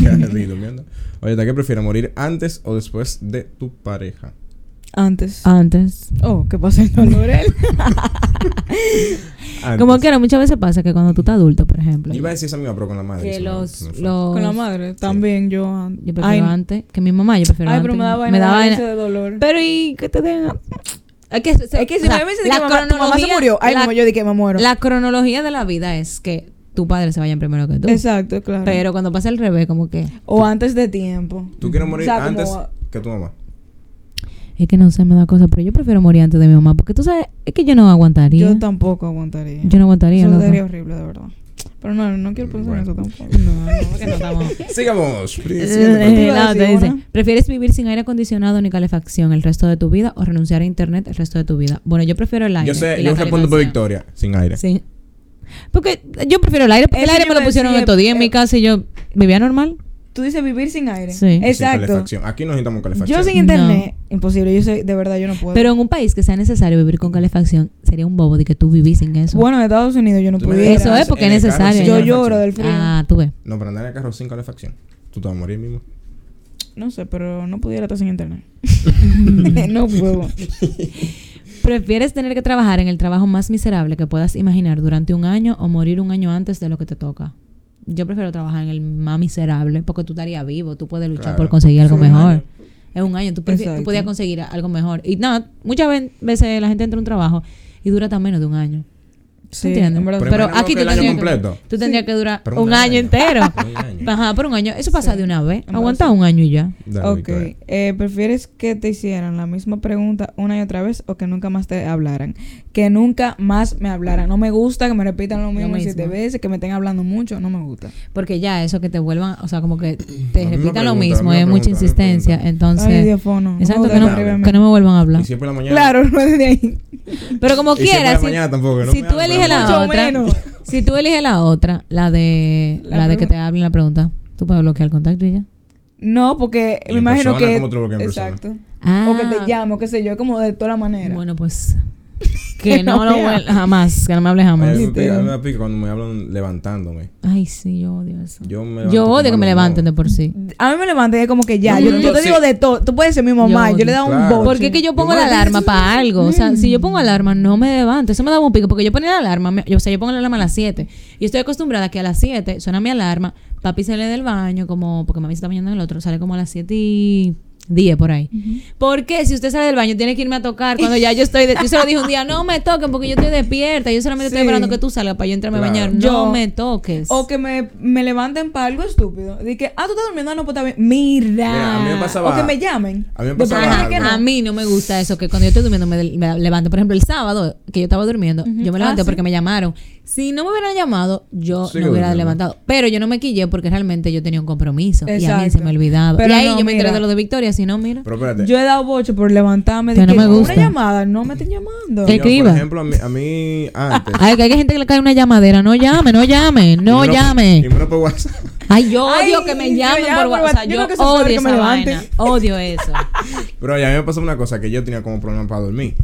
Speaker 3: Ya seguí durmiendo. Oye, ¿de qué prefieres morir antes o después de tu pareja?
Speaker 1: Antes.
Speaker 2: Ah. Antes.
Speaker 1: Oh, ¿qué pasa en Lorel?
Speaker 3: Antes.
Speaker 2: Como quiera, muchas veces pasa que cuando tú estás adulto, por ejemplo.
Speaker 3: Iba a decir esa misma, pero con la madre.
Speaker 2: que
Speaker 3: se me-
Speaker 2: los,
Speaker 3: se me fue.
Speaker 2: los-
Speaker 1: Con la madre. También yo antes.
Speaker 2: Oh, Yo prefiero
Speaker 1: ay,
Speaker 2: antes que mi mamá, yo prefiero
Speaker 1: ay,
Speaker 2: antes.
Speaker 1: pero me
Speaker 2: que-
Speaker 1: da vaina.
Speaker 2: me da vaina.
Speaker 1: ese de dolor.
Speaker 2: Pero y que te den. Es que,
Speaker 1: es que si me dices que mamá, tu mamá se murió, ay,
Speaker 2: la,
Speaker 1: como yo dije que me muero.
Speaker 2: la cronología de la vida es que tu padre se vayan primero que tú.
Speaker 1: Exacto, claro.
Speaker 2: Pero cuando pasa el revés, como que.
Speaker 1: o antes de tiempo.
Speaker 3: ¿Tú quieres morir
Speaker 1: O sea, como-
Speaker 3: antes que tu mamá?
Speaker 2: Es que no sé, me da cosa, pero yo prefiero morir antes de mi mamá. Porque tú sabes, es que yo no aguantaría.
Speaker 1: Yo tampoco aguantaría.
Speaker 2: Yo no aguantaría,
Speaker 1: Eso
Speaker 2: loco.
Speaker 1: sería horrible, de verdad. Pero no, no quiero pensar en eso tampoco. No, no, porque no estamos.
Speaker 3: Sigamos,
Speaker 2: Eh,
Speaker 3: please. Siguiente pregunta.
Speaker 1: iba a
Speaker 2: no, te
Speaker 1: decir
Speaker 2: dice,
Speaker 1: una.
Speaker 2: ¿prefieres vivir sin aire acondicionado ni calefacción el resto de tu vida o renunciar a internet el resto de tu vida? Bueno, yo prefiero el aire.
Speaker 3: Yo sé,
Speaker 2: y la
Speaker 3: yo respondo por
Speaker 2: calefacción.
Speaker 3: Victoria, sin aire.
Speaker 2: Sí. Porque yo prefiero el aire, porque el
Speaker 1: Eso
Speaker 2: aire
Speaker 1: yo
Speaker 2: me lo
Speaker 1: iba a
Speaker 2: pusieron
Speaker 1: decir,
Speaker 2: estos días en
Speaker 1: eh,
Speaker 2: mi casa y yo vivía normal.
Speaker 1: Tú dices vivir sin aire.
Speaker 2: Sí. Sin
Speaker 3: Y sin
Speaker 1: Exacto.
Speaker 3: calefacción. Aquí no necesitamos calefacción.
Speaker 1: Yo sin internet, imposible. Yo soy, de verdad, yo no puedo.
Speaker 2: Pero en un país que sea necesario vivir con calefacción, sería un bobo de que tú vivís sin eso.
Speaker 1: bueno, en Estados Unidos yo no
Speaker 3: Tú me
Speaker 1: pudiera.
Speaker 3: dejas
Speaker 2: Eso es porque
Speaker 3: en
Speaker 2: es
Speaker 3: el carro
Speaker 2: necesario.
Speaker 3: sin
Speaker 1: Yo
Speaker 3: calefacción.
Speaker 1: lloro del frío.
Speaker 2: ah, tú ves.
Speaker 3: No, pero andar en el carro sin calefacción. Tú te vas a morir mismo.
Speaker 1: No sé, pero no pudiera estar sin internet. no puedo.
Speaker 2: ¿Prefieres tener que trabajar en el trabajo más miserable que puedas imaginar durante un año o morir un año antes de lo que te toca? Yo prefiero trabajar en el más miserable porque tú estarías vivo, tú puedes luchar
Speaker 3: Claro.
Speaker 2: por conseguir algo
Speaker 3: Sí, un
Speaker 2: mejor.
Speaker 3: año.
Speaker 2: Es un año, tú, prefi- tú
Speaker 1: Exacto.
Speaker 2: podías conseguir algo mejor. Y nada, muchas ve- veces la gente entra a un trabajo y dura tan menos de un año.
Speaker 1: Sí,
Speaker 2: ¿Entiendes?
Speaker 1: en verdad.
Speaker 2: Pero
Speaker 3: imaginemos
Speaker 2: aquí
Speaker 3: que
Speaker 2: tú
Speaker 3: el año
Speaker 2: tendrías
Speaker 3: completo.
Speaker 2: que, tú tendrías que durar
Speaker 3: Pero
Speaker 2: un,
Speaker 3: un
Speaker 2: año
Speaker 3: año.
Speaker 2: entero.
Speaker 3: Un año.
Speaker 2: Ajá, por un año. Eso pasa
Speaker 1: Sí.
Speaker 2: de una vez.
Speaker 1: En
Speaker 2: Aguanta
Speaker 1: verdad,
Speaker 2: un año y ya.
Speaker 3: Dale,
Speaker 1: Ok.
Speaker 3: Victoria.
Speaker 1: eh, ¿Prefieres que te hicieran la misma pregunta una y otra vez o que nunca más te hablaran? Que nunca más me hablaran. No me gusta que me repitan lo mismo
Speaker 2: mismo.
Speaker 1: siete veces, que me estén hablando mucho. No me gusta.
Speaker 2: Porque ya eso que te vuelvan, o sea, como que te
Speaker 3: misma
Speaker 2: repitan lo
Speaker 3: pregunta,
Speaker 2: mismo,
Speaker 3: la
Speaker 2: es
Speaker 3: misma
Speaker 2: mucha
Speaker 3: pregunta, la misma
Speaker 2: insistencia.
Speaker 3: pregunta.
Speaker 2: Entonces,
Speaker 1: Ay, Dios, no. No me
Speaker 2: exacto,
Speaker 1: gusta
Speaker 2: que
Speaker 3: que me
Speaker 2: no,
Speaker 3: hablen.
Speaker 2: que no me vuelvan a hablar.
Speaker 3: Y siempre en la mañana.
Speaker 1: Claro, no desde ahí.
Speaker 2: Pero como
Speaker 3: Y si fuera
Speaker 2: quieras, si,
Speaker 3: mañana tampoco, no
Speaker 2: si
Speaker 3: me
Speaker 2: tú
Speaker 3: hablen,
Speaker 2: eliges la
Speaker 1: mucho
Speaker 2: otra,
Speaker 1: menos.
Speaker 2: si tú eliges la otra, la de la,
Speaker 1: La
Speaker 2: de que te
Speaker 1: pregunta.
Speaker 2: hablen la pregunta, tú puedes bloquear el contacto y ya.
Speaker 1: No, porque
Speaker 3: Y en
Speaker 1: me imagino
Speaker 3: persona,
Speaker 1: que.
Speaker 3: ¿cómo te lo bloquean en persona?
Speaker 1: exacto.
Speaker 2: Ah,
Speaker 1: O que te llamo, qué sé yo, como de toda la manera.
Speaker 2: Bueno, pues que
Speaker 1: Que
Speaker 2: no
Speaker 1: no
Speaker 2: lo
Speaker 1: vea.
Speaker 2: vuel- jamás, que no me hable
Speaker 3: Oye,
Speaker 2: jamás.
Speaker 3: a mí me pica- a mí
Speaker 1: Literal.
Speaker 3: me pica cuando me hablan levantándome.
Speaker 2: Ay, sí, yo odio eso.
Speaker 3: Yo
Speaker 2: Yo
Speaker 3: me levanto con
Speaker 2: odio que
Speaker 3: mal
Speaker 2: me
Speaker 3: humor.
Speaker 2: levanten de por sí.
Speaker 1: A mí me levanté como que ya.
Speaker 3: No,
Speaker 1: yo,
Speaker 3: no,
Speaker 1: yo
Speaker 3: no,
Speaker 1: te
Speaker 3: sí.
Speaker 1: digo de todo. Tú puedes ser mi mamá.
Speaker 2: Yo
Speaker 1: Yo, le he dado
Speaker 3: Claro.
Speaker 1: un boche.
Speaker 2: ¿Por qué que yo pongo
Speaker 3: Yo
Speaker 2: la
Speaker 3: me-
Speaker 2: alarma para algo? O sea, si yo
Speaker 3: Mm.
Speaker 2: pongo alarma, no me levanto. Eso me da un pico porque yo ponía la alarma. me- yo- o sea, yo pongo la alarma a las 7. Y estoy acostumbrada a que a las 7 suena mi alarma. Papi sale del baño, como porque mami se está bañando en el otro. Sale como a las 7 y 10 por ahí. Porque si usted sale del baño, tiene que irme a tocar cuando ya yo estoy. de- yo se lo dije un día, no me toquen porque yo estoy despierta. Yo solamente estoy
Speaker 1: Sí.
Speaker 2: esperando que tú salgas para yo entrarme a
Speaker 3: Claro.
Speaker 2: bañar. No
Speaker 1: Yo-
Speaker 2: me toques.
Speaker 1: O que me, me levanten para algo estúpido. De que, ah, tú estás durmiendo, ah, no, pues está bien. Mira.
Speaker 3: Mira, a mí me pasaba-
Speaker 1: O que me llamen.
Speaker 3: a mí me
Speaker 1: De
Speaker 3: pasaba
Speaker 1: persona
Speaker 2: Ajá,
Speaker 3: algo.
Speaker 1: que
Speaker 2: a
Speaker 1: no.
Speaker 2: mí no me gusta eso, que cuando yo estoy durmiendo me, del- me levanto. Por ejemplo, el sábado que yo estaba durmiendo, yo me levanté
Speaker 1: Ah, sí.
Speaker 2: porque me llamaron. Si no me hubieran llamado, yo
Speaker 3: Sigue
Speaker 2: no hubiera
Speaker 3: durmiendo.
Speaker 2: levantado. Pero yo no me quillé porque realmente yo tenía un compromiso y a mí se
Speaker 1: Exacto.
Speaker 2: me olvidaba.
Speaker 1: Pero
Speaker 2: y ahí
Speaker 1: no,
Speaker 2: yo me enteré
Speaker 1: mira.
Speaker 2: de lo de Victoria, si no, mira.
Speaker 3: Pero espérate.
Speaker 1: Yo he dado boche por levantarme. De
Speaker 2: Que no
Speaker 1: que
Speaker 2: me
Speaker 1: "Una
Speaker 2: gusta".
Speaker 1: llamada, no me estén llamando.
Speaker 2: El
Speaker 3: Yo,
Speaker 2: que iba.
Speaker 3: Por ejemplo, a mí, a mí antes.
Speaker 2: Ay, que hay gente que le cae una llamadera. No llame, no llame, no
Speaker 3: Y menos- Y
Speaker 2: llame.
Speaker 3: menos por WhatsApp.
Speaker 2: Ay, yo odio
Speaker 1: Ay,
Speaker 2: que me
Speaker 1: que
Speaker 2: llamen
Speaker 1: llamen
Speaker 2: por
Speaker 1: por
Speaker 2: WhatsApp.
Speaker 1: WhatsApp.
Speaker 2: Yo,
Speaker 1: Yo creo que eso
Speaker 2: odio
Speaker 1: fue que
Speaker 2: esa
Speaker 1: me levante.
Speaker 2: vaina. Odio eso.
Speaker 3: Pero ya a mí me pasó una cosa que yo tenía como problema para dormir.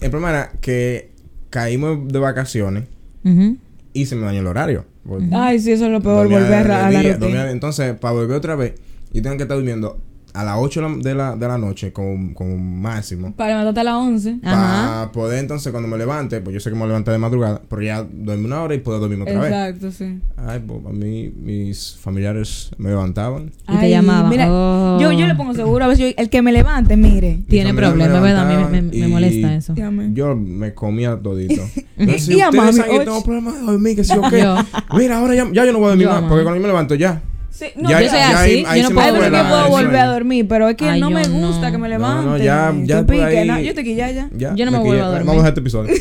Speaker 3: El problema era que caímos de vacaciones
Speaker 2: Ujú.
Speaker 3: y se me dañó el horario. Vol-
Speaker 1: Ay, sí, eso es lo peor,
Speaker 3: dormía
Speaker 1: volver
Speaker 3: de
Speaker 1: a, a la
Speaker 3: día,
Speaker 1: rutina.
Speaker 3: dormía de- entonces, para volver otra vez, yo tengo que estar durmiendo a las 8 de la, de la, de la noche como, como máximo.
Speaker 1: Para matarte a las 11.
Speaker 2: Ajá.
Speaker 3: Para poder entonces cuando me levante, pues yo sé que me voy a levantar de madrugada, pero ya duermo una hora y puedo dormir otra vez.
Speaker 1: Exacto, sí.
Speaker 3: Ay, pues a mí mis familiares me levantaban.
Speaker 2: Y te llamaba.
Speaker 1: Mira,
Speaker 2: Oh.
Speaker 1: yo, yo le pongo seguro. A veces yo- el que me levante, mire.
Speaker 3: Mis
Speaker 2: Tiene
Speaker 3: familiares me
Speaker 2: problemas, ¿verdad? A mí
Speaker 3: levantaban
Speaker 2: me, me- me
Speaker 3: y
Speaker 2: molesta eso.
Speaker 1: Dígame.
Speaker 3: Yo me comía todito. Entonces, si
Speaker 1: Y a
Speaker 3: ustedes
Speaker 1: mami,
Speaker 3: saben que
Speaker 1: oye.
Speaker 3: tengo problemas de dormir, que si yo qué.
Speaker 2: Yo.
Speaker 3: Mira, ahora ya, ya yo no voy a dormir
Speaker 2: Yo a
Speaker 3: más, porque
Speaker 2: mami.
Speaker 3: cuando yo me levanto ya.
Speaker 1: Sí, no,
Speaker 3: ya,
Speaker 2: yo soy así, yo no
Speaker 3: se me
Speaker 2: puedo
Speaker 1: Hay veces
Speaker 3: fue
Speaker 1: que
Speaker 3: la-
Speaker 1: puedo
Speaker 3: el
Speaker 1: volver a
Speaker 3: sueño.
Speaker 1: dormir, pero es que
Speaker 2: Ay,
Speaker 1: no me
Speaker 2: yo no.
Speaker 1: gusta que me
Speaker 3: No, no,
Speaker 1: levante.
Speaker 3: ya- ya
Speaker 1: que
Speaker 3: por
Speaker 1: pique,
Speaker 3: ahí-
Speaker 1: no, yo te quilla ya.
Speaker 3: Ya,
Speaker 2: Yo no me
Speaker 3: aquí
Speaker 2: vuelvo a
Speaker 3: ya-
Speaker 2: dormir.
Speaker 3: Vamos a este episodio.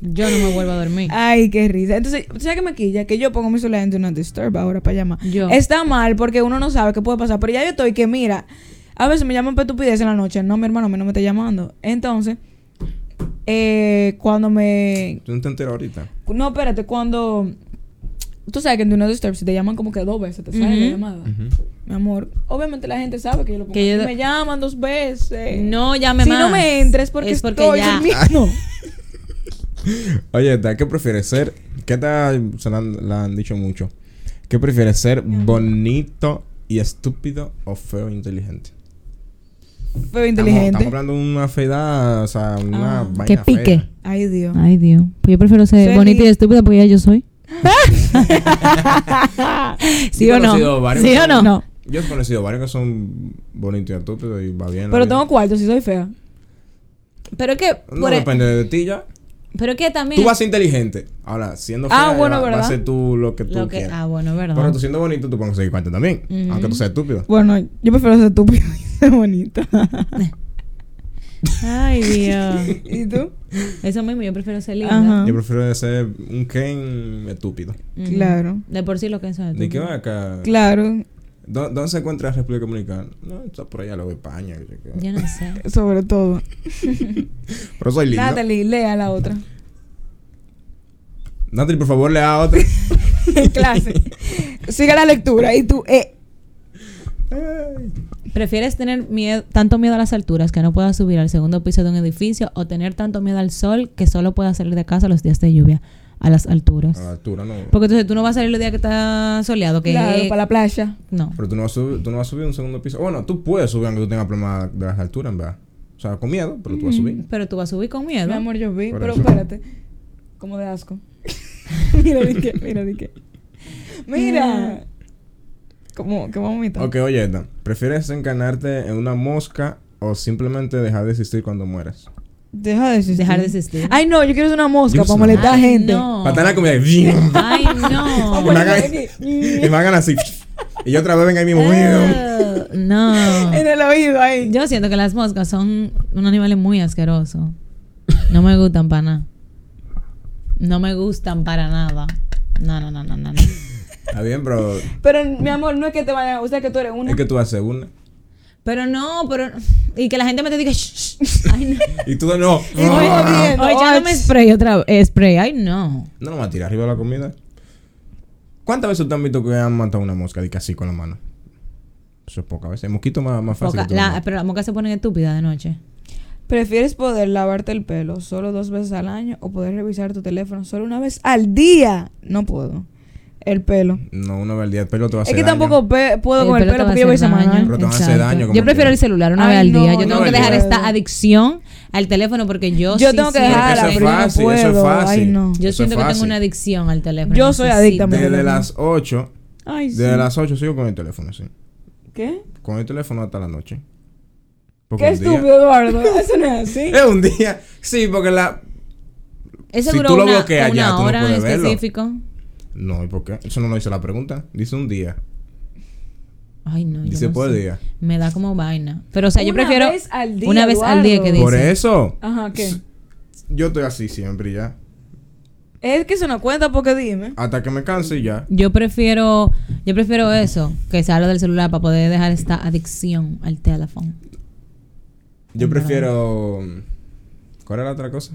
Speaker 2: Yo no me vuelvo a dormir.
Speaker 1: Ay, qué risa. Entonces, ¿tú ¿sabes qué me quilla? Que yo pongo mi celular en Do Not Disturb ahora para llamar.
Speaker 2: Yo.
Speaker 1: Está mal porque uno no sabe qué puede pasar. Pero ya yo estoy que, mira, a veces me llaman para estupidez en la noche. No, mi hermano, a mí no me está llamando. Entonces, eh, cuando me...
Speaker 3: Tú no te enteras ahorita.
Speaker 1: No, espérate, cuando... Tú sabes que en Do Not Disturb si te llaman como que dos veces, te sale la
Speaker 2: Ujú.
Speaker 1: llamada.
Speaker 3: Ujú.
Speaker 1: Mi amor, obviamente la gente sabe que yo lo pongo.
Speaker 2: Que yo
Speaker 1: Y
Speaker 2: de-
Speaker 1: Me llaman dos veces.
Speaker 2: No llame
Speaker 1: si
Speaker 2: más.
Speaker 1: no me entres porque,
Speaker 2: Es porque
Speaker 1: estoy
Speaker 2: ya.
Speaker 1: durmiendo.
Speaker 3: Oye, esta, ¿qué prefieres ser? ¿Qué tal? Se la han, la han dicho mucho. ¿Qué prefieres ser? ¿Bonito y estúpido o feo e inteligente?
Speaker 1: Pero
Speaker 3: Estamos- Estamos,
Speaker 1: inteligente.
Speaker 3: hablando de una feidad, o sea, una
Speaker 1: Ah.
Speaker 3: vaina
Speaker 2: Que pique.
Speaker 3: fea.
Speaker 1: Ay, Dios.
Speaker 2: Ay, Dios. Pues yo prefiero ser
Speaker 1: Ser
Speaker 2: bonita y
Speaker 1: li-
Speaker 2: estúpida porque ya yo soy. ¿Sí
Speaker 3: Yo
Speaker 2: o
Speaker 3: he
Speaker 2: no?
Speaker 3: conocido varios
Speaker 2: ¿Sí
Speaker 3: que
Speaker 2: o no?
Speaker 3: son- Yo he conocido varios que son bonitos y estúpidos y va bien. la
Speaker 1: Pero
Speaker 3: vida.
Speaker 1: tengo cuarto si soy fea.
Speaker 2: Pero que,
Speaker 3: No
Speaker 2: por e-
Speaker 3: depende de ti ya.
Speaker 2: pero que también.
Speaker 3: Tú vas a ser inteligente. Ahora, siendo fea,
Speaker 1: Ah, bueno,
Speaker 3: va- vas
Speaker 1: ¿verdad?
Speaker 3: a ser tú lo que tú
Speaker 2: lo que,
Speaker 3: quieras.
Speaker 2: ah, bueno, verdad.
Speaker 3: Pero tú siendo bonito, tú puedes conseguir cuarto también.
Speaker 2: Ujú.
Speaker 3: Aunque tú seas estúpido.
Speaker 1: Bueno, yo prefiero ser estúpido y ser bonita.
Speaker 2: Ay, Dios.
Speaker 1: ¿Y tú?
Speaker 2: Eso mismo, yo prefiero ser linda.
Speaker 1: Ajá.
Speaker 3: Yo prefiero ser un Ken estúpido.
Speaker 2: Ujú.
Speaker 1: Claro.
Speaker 2: De por sí lo que son.
Speaker 3: ¿De qué va acá?
Speaker 1: Claro,
Speaker 3: ¿Dó- ¿Dónde se encuentra la República Dominicana? No, está por allá, luego España. que sé yo.
Speaker 2: Yo no sé.
Speaker 1: sobre todo.
Speaker 3: Pero soy lindo. Natalie.
Speaker 1: Natalie, lea la otra.
Speaker 3: por favor, lea otra.
Speaker 1: Clase. Siga la lectura y tú, eh.
Speaker 3: Ay.
Speaker 2: ¿Prefieres tener miedo, tanto miedo a las alturas que no puedas subir al segundo piso de un edificio o tener tanto miedo al sol que solo puedas salir de casa los días de lluvia a las alturas?
Speaker 3: A la altura, no.
Speaker 2: Porque entonces tú no vas a salir los días que está soleado, que
Speaker 1: Claro,
Speaker 2: es-
Speaker 1: para la playa.
Speaker 2: No.
Speaker 3: Pero tú no, vas a subir, tú no vas a subir un segundo piso. Bueno, tú puedes subir aunque tú tengas problemas de las alturas, en verdad. O sea, con miedo, pero tú vas a subir.
Speaker 2: Pero tú vas a subir con miedo.
Speaker 1: Mi amor, yo vi,
Speaker 3: Por
Speaker 1: pero
Speaker 3: eso.
Speaker 1: espérate. Como de asco. mira de qué, mira de qué. Mira. Como, que vomita.
Speaker 3: Ok, oye, Edna. ¿Prefieres encarnarte en una mosca o simplemente dejar de existir cuando mueras?
Speaker 1: Deja de existir.
Speaker 2: Dejar de existir.
Speaker 1: Ay, no, yo quiero ser una mosca
Speaker 3: Yo
Speaker 1: para
Speaker 3: soy-
Speaker 1: molestar
Speaker 2: Ay,
Speaker 1: gente.
Speaker 2: no.
Speaker 3: Patana comida. y-
Speaker 2: Ay, no.
Speaker 3: me hagan, y me hagan así. Y yo otra vez venga ahí mismo.
Speaker 2: Ah, no.
Speaker 1: En el oído ahí.
Speaker 2: Yo siento que las moscas son un animal muy asqueroso. No me gustan para nada. No me gustan para nada. No, no, no, no, no. no.
Speaker 3: Está bien, pero
Speaker 1: Pero, mi amor, no es que te vayan a gustar que tú eres una.
Speaker 3: es que tú haces una.
Speaker 2: Pero no, pero. Y que la gente me te diga. "Shh, shh". Ay, no.
Speaker 3: Y tú de Ah. no.
Speaker 1: Y voy jodiendo.
Speaker 2: Oye, ya no me spray otra vez. Spray, ay, no.
Speaker 3: No nos va a tirar arriba la comida. ¿Cuántas veces te han visto que han matado una mosca de así con la mano? Eso es pocas veces. El mosquito más, más fácil.
Speaker 2: Moca-
Speaker 3: que tú
Speaker 2: la-
Speaker 3: lo mates.
Speaker 2: pero las moscas se ponen estúpidas de noche.
Speaker 1: ¿Prefieres poder lavarte el pelo solo dos veces al año o poder revisar tu teléfono solo una vez al día? No puedo. El pelo.
Speaker 3: No, una vez al día. El pelo te va a
Speaker 1: Es
Speaker 3: hacer
Speaker 1: que
Speaker 3: daño.
Speaker 1: tampoco pe- puedo
Speaker 2: El
Speaker 1: con el
Speaker 2: pelo
Speaker 1: pelo
Speaker 2: Eh, te va a
Speaker 1: porque yo voy
Speaker 2: hacer daño.
Speaker 1: semana.
Speaker 3: Pero te van a hacer
Speaker 2: Exacto.
Speaker 3: daño como
Speaker 2: Yo prefiero
Speaker 3: quiera.
Speaker 2: el celular una
Speaker 1: Ay,
Speaker 2: vez al
Speaker 1: no,
Speaker 2: día. Yo
Speaker 1: yo
Speaker 2: tengo
Speaker 3: no
Speaker 2: que dejar
Speaker 3: puedo.
Speaker 2: esta adicción al teléfono porque yo
Speaker 1: Yo
Speaker 2: sí
Speaker 1: tengo que
Speaker 2: siento
Speaker 1: dejarla,
Speaker 3: Porque
Speaker 1: pero yo no
Speaker 3: eso es fácil, eso es
Speaker 1: puedo.
Speaker 3: fácil.
Speaker 1: Ay,
Speaker 2: Yo
Speaker 1: no.
Speaker 3: Eso
Speaker 2: siento
Speaker 3: es
Speaker 2: que tengo
Speaker 3: fácil.
Speaker 2: una adicción al teléfono.
Speaker 1: Yo soy
Speaker 2: necesito.
Speaker 1: adicta, mi
Speaker 3: Desde
Speaker 1: amor.
Speaker 3: las 8.
Speaker 1: Ay, sí.
Speaker 3: Desde las 8 sigo con el teléfono, sí.
Speaker 1: ¿Qué?
Speaker 3: Con el teléfono hasta la noche. Porque
Speaker 1: Qué
Speaker 3: un día-
Speaker 1: estúpido, Eduardo. Eso no es así.
Speaker 3: Es un día. Sí, porque la.
Speaker 2: Ese
Speaker 3: Si
Speaker 2: duró
Speaker 3: tú lo
Speaker 2: una,
Speaker 3: bloqueas
Speaker 2: una
Speaker 3: ya, tú no
Speaker 2: hora
Speaker 3: puedes
Speaker 2: en
Speaker 3: verlo.
Speaker 2: específico.
Speaker 3: No, ¿y por qué? Eso no lo dice la pregunta. Dice un día.
Speaker 2: Ay, no. yo
Speaker 3: Dice
Speaker 2: no
Speaker 3: por
Speaker 2: sé.
Speaker 3: día.
Speaker 2: Me da como vaina. Pero, o sea, yo
Speaker 1: Una
Speaker 2: prefiero.
Speaker 1: vez al día,
Speaker 2: una vez al día
Speaker 1: Eduardo.
Speaker 2: que dice.
Speaker 3: Por eso.
Speaker 1: Ajá, ¿qué?
Speaker 3: Yo estoy así siempre y ya.
Speaker 1: Es que eso no cuenta porque dime.
Speaker 3: Hasta que me canse y ya.
Speaker 2: Yo prefiero. Yo prefiero eso. Que sea lo del celular para poder dejar esta adicción al teléfono.
Speaker 3: Yo prefiero. mm, ¿Cuál era la otra cosa?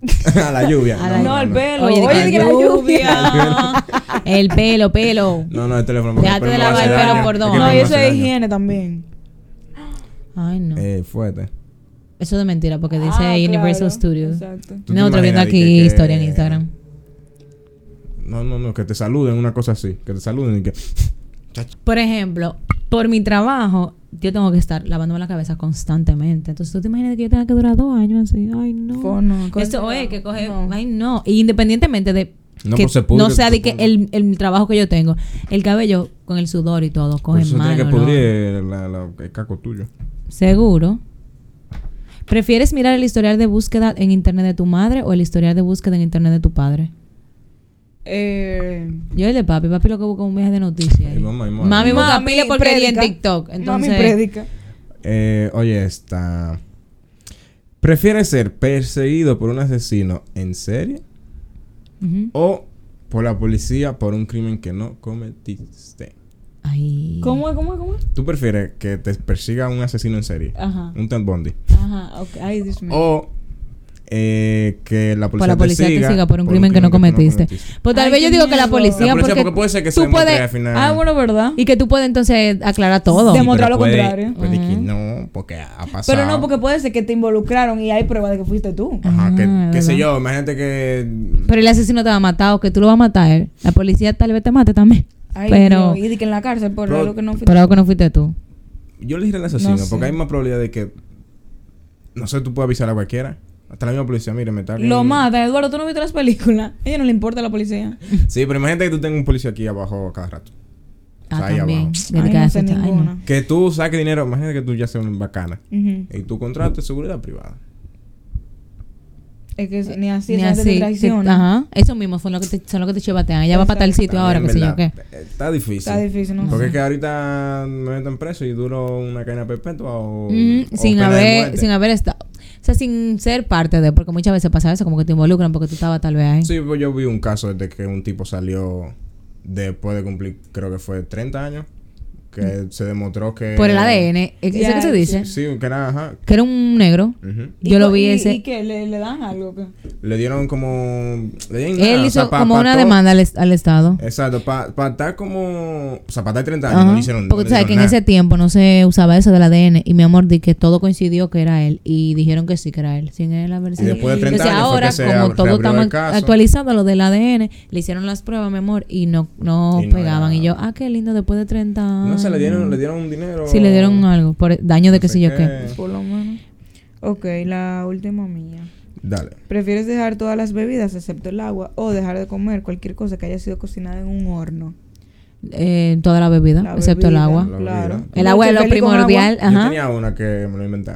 Speaker 3: a la lluvia.
Speaker 2: A la-
Speaker 1: No, el pelo.
Speaker 2: Oye,
Speaker 1: Oye,
Speaker 2: de
Speaker 1: que
Speaker 2: que
Speaker 1: la
Speaker 2: la
Speaker 1: lluvia.
Speaker 2: lluvia. El pelo, pelo.
Speaker 3: No, no, el teléfono. porque
Speaker 2: Déjate
Speaker 3: el
Speaker 2: de
Speaker 3: pelo me va a
Speaker 2: lavar el
Speaker 3: hacer
Speaker 2: pelo,
Speaker 3: daño.
Speaker 2: perdón.
Speaker 3: Es que
Speaker 1: No,
Speaker 3: el
Speaker 1: y
Speaker 3: pelo
Speaker 1: eso
Speaker 3: me hace
Speaker 1: es
Speaker 3: daño.
Speaker 1: higiene también.
Speaker 2: Ay, no.
Speaker 3: Eh, fuerte.
Speaker 2: Eso es de mentira porque dice
Speaker 1: Ah,
Speaker 2: Universal
Speaker 1: claro.
Speaker 2: Studios.
Speaker 1: Exacto.
Speaker 3: ¿Tú
Speaker 2: No,
Speaker 3: te
Speaker 2: otro viendo
Speaker 3: imaginas de
Speaker 2: aquí
Speaker 3: que- eh, que-
Speaker 2: historia en Instagram.
Speaker 3: No, no, no, que te saluden, una cosa así. Que te saluden y que.
Speaker 2: Por ejemplo, por mi trabajo, yo tengo que estar lavándome la cabeza constantemente. Entonces, ¿tú te imaginas que yo tenga que durar dos años así? Ay, no.
Speaker 1: Fono, con-
Speaker 2: Eso es que coge... Ay, no. Y independientemente de...
Speaker 3: No,
Speaker 2: que
Speaker 3: pues se pudre,
Speaker 2: no sea de
Speaker 3: se
Speaker 2: que
Speaker 3: pudre.
Speaker 2: el, el trabajo que yo tengo. El cabello con el sudor y todo
Speaker 3: Por
Speaker 2: coge
Speaker 3: Pues eso
Speaker 2: mano.
Speaker 3: tiene que
Speaker 2: ¿no?
Speaker 3: pudrir la- la- el caco tuyo.
Speaker 2: Seguro. ¿Prefieres mirar el historial de búsqueda en internet de tu madre o el historial de búsqueda en internet de tu padre?
Speaker 1: Eh,
Speaker 2: Yo el de papi, papi lo que busca es un viaje de noticias.
Speaker 3: Ay,
Speaker 2: ahí.
Speaker 3: mamá,
Speaker 2: Mami,
Speaker 3: ay, mamá.
Speaker 2: busca
Speaker 1: Mami
Speaker 2: pila de porquería en
Speaker 1: predica.
Speaker 2: TikTok. Entonces,
Speaker 1: Mami predica.
Speaker 3: Eh, oye, está. ¿Prefieres ser perseguido por un asesino en serie
Speaker 2: ujú.
Speaker 3: o por la policía por un crimen que no cometiste?
Speaker 2: Ay.
Speaker 1: ¿Cómo es? ¿Cómo es? ¿Cómo es?
Speaker 3: ¿Tú prefieres que te persiga un asesino en serie?
Speaker 2: Ajá.
Speaker 3: Un Ted Bundy.
Speaker 2: Ajá, ok.
Speaker 1: Ay, Dios mío.
Speaker 3: O eh, que la policía,
Speaker 2: Por Pues la policía
Speaker 3: te, siga
Speaker 2: te siga por un crimen que no cometiste. Pues tal
Speaker 1: Ay,
Speaker 2: vez yo
Speaker 1: qué
Speaker 2: digo que la
Speaker 1: miedo.
Speaker 2: policía,
Speaker 3: La policía, porque puede ser que se
Speaker 2: tú
Speaker 3: demuestre
Speaker 2: puedes-
Speaker 3: al final.
Speaker 1: Ah, bueno, ¿verdad?
Speaker 2: Eh, Y que tú puedes entonces aclarar todo.
Speaker 3: Sí, pero
Speaker 1: demostrar lo
Speaker 3: puede-
Speaker 1: contrario.
Speaker 3: puede que
Speaker 2: Ajá.
Speaker 3: no, porque ha pasado.
Speaker 1: Pero no, porque puede ser que te involucraron y hay pruebas de que fuiste tú.
Speaker 3: Ajá,
Speaker 2: Ah,
Speaker 3: que, qué sé
Speaker 2: ¿verdad?
Speaker 3: yo, imagínate que
Speaker 2: Pero el asesino te va a matar o que tú lo vas a matar. La policía tal vez te mate también.
Speaker 1: Ay,
Speaker 2: pero,
Speaker 1: Dios, y de que en la cárcel por
Speaker 3: Pero-
Speaker 1: algo que no fuiste.
Speaker 2: pero algo que no fuiste tú.
Speaker 3: Yo elegiré el asesino,
Speaker 1: sé.
Speaker 3: porque hay más probabilidad de que. No sé, tú puedes avisar a cualquiera. Hasta la misma policía, mire, me está.
Speaker 1: Lo mata, Eduardo, tú no viste las películas. A ella no le importa la policía.
Speaker 3: Sí, pero imagínate que tú tengas un policía aquí abajo cada rato. O sea,
Speaker 2: Ah,
Speaker 3: ahí
Speaker 2: también.
Speaker 3: abajo.
Speaker 2: Delicada
Speaker 1: Ay, no sé
Speaker 2: fecha. Ay, no.
Speaker 1: ninguna.
Speaker 3: Que tú saques dinero, imagínate que tú ya seas un bacana.
Speaker 1: Ujú.
Speaker 3: Y tú contrates seguridad privada.
Speaker 1: Es que es- ni así,
Speaker 2: Ni
Speaker 1: esa gente
Speaker 2: así,
Speaker 1: te
Speaker 2: te-
Speaker 1: traiciona.
Speaker 2: Ajá. Eso mismo son lo que te, son lo que te chivatean. Ella va para tal sitio
Speaker 3: También,
Speaker 2: ahora, qué sé yo qué.
Speaker 3: ¿verdad? Está difícil.
Speaker 1: Está difícil, no
Speaker 3: Porque
Speaker 1: sé.
Speaker 3: es que ahorita me meten preso y duro una cadena perpetua o.
Speaker 2: Mm,
Speaker 3: o
Speaker 2: sin
Speaker 3: pena de
Speaker 2: haber,
Speaker 3: muerte.
Speaker 2: sin haber estado. O sea, sin ser parte de, porque muchas veces pasa eso, como que te involucran porque tú estabas tal vez ahí.
Speaker 3: Sí, pues yo vi un caso de que un tipo salió después de cumplir, creo que fue 30 años. Que se demostró que.
Speaker 2: Por el ADN, ¿es eso
Speaker 1: Ya,
Speaker 2: ¿e-, que se dice?
Speaker 3: Sí, que era, ajá.
Speaker 2: Que era un negro.
Speaker 3: Ujú.
Speaker 1: ¿Y
Speaker 2: Yo lo
Speaker 1: co-
Speaker 2: vi
Speaker 1: y-
Speaker 2: ese.
Speaker 1: ¿Y qué? ¿Le, le dan algo? ¿Qué?
Speaker 3: Le dieron como. Le dieron nada,
Speaker 2: Él
Speaker 3: Ah, o
Speaker 2: hizo
Speaker 3: sea, pa-
Speaker 2: como
Speaker 3: pa
Speaker 2: una
Speaker 3: todo-
Speaker 2: demanda al, es- al Estado.
Speaker 3: Exacto, para estar como. O sea, para estar 30 años,
Speaker 2: Ajá.
Speaker 3: no le hicieron
Speaker 2: porque
Speaker 3: no
Speaker 2: tú
Speaker 3: le
Speaker 2: sabes que en
Speaker 3: hicieron
Speaker 2: ese
Speaker 3: nada.
Speaker 2: tiempo no se usaba eso del ADN y mi amor di que todo coincidió que era él y dijeron que sí que era él sin él haber
Speaker 3: Y
Speaker 2: sido.
Speaker 3: después de 30
Speaker 2: Entonces
Speaker 3: años fue
Speaker 2: ahora
Speaker 3: que se
Speaker 2: como
Speaker 3: ab-
Speaker 2: todo
Speaker 3: reabrió
Speaker 2: está
Speaker 3: el caso.
Speaker 2: actualizado lo del ADN le hicieron las pruebas mi amor y no no
Speaker 3: Y no
Speaker 2: pegaban
Speaker 3: era-
Speaker 2: y yo ah qué lindo después de 30 años.
Speaker 3: No se le dieron, le dieron un dinero.
Speaker 2: Ah. Sí le dieron algo por daño de
Speaker 3: no
Speaker 2: qué sé yo qué.
Speaker 1: Por lo menos. Ok, la última mía.
Speaker 3: Dale.
Speaker 1: ¿Prefieres dejar todas las bebidas excepto el agua o dejar de comer cualquier cosa que haya sido cocinada en un horno?
Speaker 2: Eh, toda la bebida
Speaker 1: La
Speaker 2: excepto
Speaker 1: bebida,
Speaker 2: el agua.
Speaker 3: La
Speaker 1: Claro.
Speaker 3: bebida.
Speaker 2: El agua es lo
Speaker 1: Estoy feliz con agua.
Speaker 2: primordial,
Speaker 3: Yo
Speaker 2: ajá.
Speaker 3: tenía una que me lo inventé.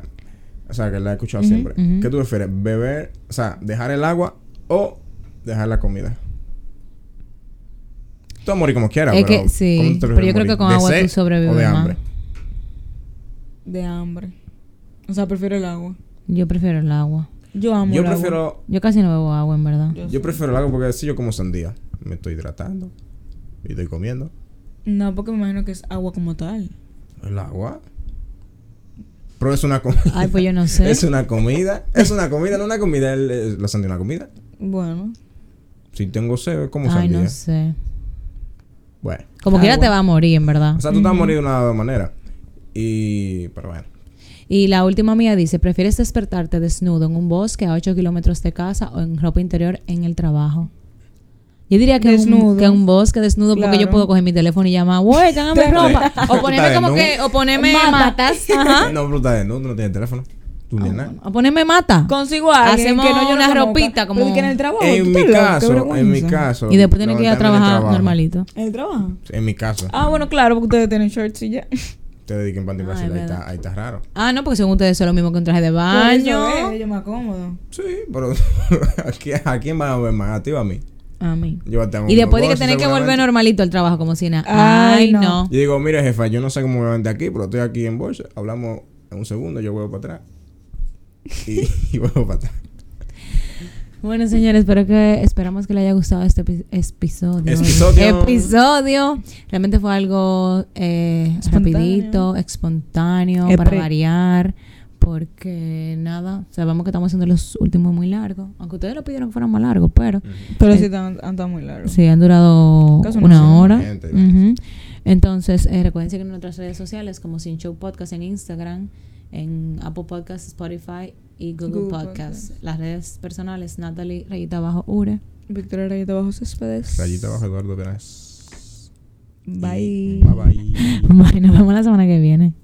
Speaker 3: O sea, que la he escuchado
Speaker 2: Ujú,
Speaker 3: siempre.
Speaker 2: ujú.
Speaker 3: ¿Qué tú prefieres? ¿Beber, o sea, dejar el agua o dejar la comida? Tú vas a morir como quieras,
Speaker 2: Es
Speaker 3: pero
Speaker 2: que sí,
Speaker 3: ¿cómo tú te
Speaker 2: pero
Speaker 3: prefieres
Speaker 2: yo creo que
Speaker 3: morir?
Speaker 2: con
Speaker 3: ¿De
Speaker 2: agua tú
Speaker 3: sed
Speaker 2: sobrevives
Speaker 3: O de
Speaker 2: más.
Speaker 3: hambre.
Speaker 1: De hambre. O sea, prefiero el agua.
Speaker 2: Yo prefiero el agua.
Speaker 1: Yo amo
Speaker 3: Yo
Speaker 1: el agua.
Speaker 3: prefiero,
Speaker 2: Yo casi no bebo agua en verdad.
Speaker 1: Yo-
Speaker 3: yo prefiero el agua porque así yo como sandía. Me estoy hidratando y estoy comiendo.
Speaker 1: No, porque me imagino que es agua como tal.
Speaker 3: ¿El agua? Pero es una comida.
Speaker 2: Ay, pues yo no sé.
Speaker 3: Es una comida. Es una comida, no una comida. el- el- la sandía es una comida.
Speaker 1: Bueno.
Speaker 3: Si tengo sed, como
Speaker 2: Ay,
Speaker 3: sandía. Ah,
Speaker 2: no sé.
Speaker 3: Bueno.
Speaker 2: Como quiera
Speaker 1: Agua.
Speaker 2: te va a morir, en verdad.
Speaker 3: O sea, tú te vas a morir de una manera. Y... Pero bueno.
Speaker 2: Y la última mía dice, ¿prefieres despertarte desnudo en un bosque a 8 kilómetros de casa o en ropa interior en el trabajo? Yo diría que,
Speaker 1: Desnudo.
Speaker 2: Un, que un bosque desnudo porque yo
Speaker 1: Claro.
Speaker 2: puedo coger mi teléfono y llamar, güey, cángame ropa. O ponerme
Speaker 3: Está
Speaker 2: como que,
Speaker 3: desnudo.
Speaker 2: o ponerme
Speaker 1: Mata.
Speaker 2: matas. Ajá. Ah,
Speaker 3: No, bruta de no, tú no tienes teléfono. Tú ni nada.
Speaker 2: O ponerme mata.
Speaker 1: Consigo a alguien
Speaker 2: Hacemos
Speaker 1: que no yo no
Speaker 2: una
Speaker 1: conozca.
Speaker 2: ropita como-
Speaker 1: Pero es que en el trabajo. tú
Speaker 3: En mi
Speaker 1: estás loco, qué
Speaker 3: caso, en mi
Speaker 1: vergüenza.
Speaker 3: caso.
Speaker 2: y después tienes que ir a
Speaker 3: levantarme del
Speaker 2: trabajar
Speaker 3: trabajo.
Speaker 2: normalito.
Speaker 1: ¿En el trabajo?
Speaker 3: En mi caso.
Speaker 1: Ah, bueno, claro, porque ustedes tienen shorts y ya.
Speaker 3: Te dediquen pan
Speaker 2: Ah,
Speaker 3: y
Speaker 2: es
Speaker 3: Brasil. Ahí
Speaker 2: verdad.
Speaker 3: está, ahí está raro.
Speaker 2: Ah, no, porque según ustedes eso es lo mismo que un traje de
Speaker 1: Por eso
Speaker 2: baño.
Speaker 1: es, Yo me acomodo.
Speaker 3: Sí, pero... ¿a quién- ¿A quién vas a ver más? A ti o a mí.
Speaker 2: A mí.
Speaker 3: Yo te hago
Speaker 2: Y
Speaker 3: un
Speaker 2: después de que
Speaker 3: negocio,
Speaker 2: tenés que volver
Speaker 3: seguramente.
Speaker 2: normalito al trabajo como si nada.
Speaker 1: Ay,
Speaker 2: Ay,
Speaker 1: no.
Speaker 2: no.
Speaker 3: Yo digo, mire jefa, yo no sé cómo me levanté aquí, pero estoy aquí en bolsa. Hablamos en un segundo, yo vuelvo para atrás. Y, y vuelvo para atrás.
Speaker 2: Bueno, señores, espero que esperamos que les haya gustado este epi- episodio.
Speaker 3: Episodio.
Speaker 2: Episodio. Realmente fue algo eh,
Speaker 1: Espontáneo.
Speaker 2: rapidito, espontáneo,
Speaker 1: Epre.
Speaker 2: para variar, porque nada, sabemos que estamos haciendo los últimos muy largos, aunque ustedes lo pidieron que fueran más largos, pero
Speaker 1: Pero
Speaker 2: Eh,
Speaker 1: sí, están han estado muy largo.
Speaker 2: sí, han durado
Speaker 1: Casi una
Speaker 2: una
Speaker 1: semana.
Speaker 2: hora.
Speaker 3: Gente,
Speaker 2: Ujú. Entonces, eh, recuerden seguir en nuestras redes sociales como Sin Show Podcast en Instagram, en Apple Podcast, Spotify y Google,
Speaker 1: Google
Speaker 2: Podcast.
Speaker 1: Podcast.
Speaker 2: Las redes personales, Natalie, rayita abajo, Ure.
Speaker 1: Victoria Rayita Bajo Céspedes.
Speaker 3: Rayita abajo, Eduardo Verás.
Speaker 4: Bye.
Speaker 3: Bye bye.
Speaker 2: Bueno, nos vemos la semana que viene.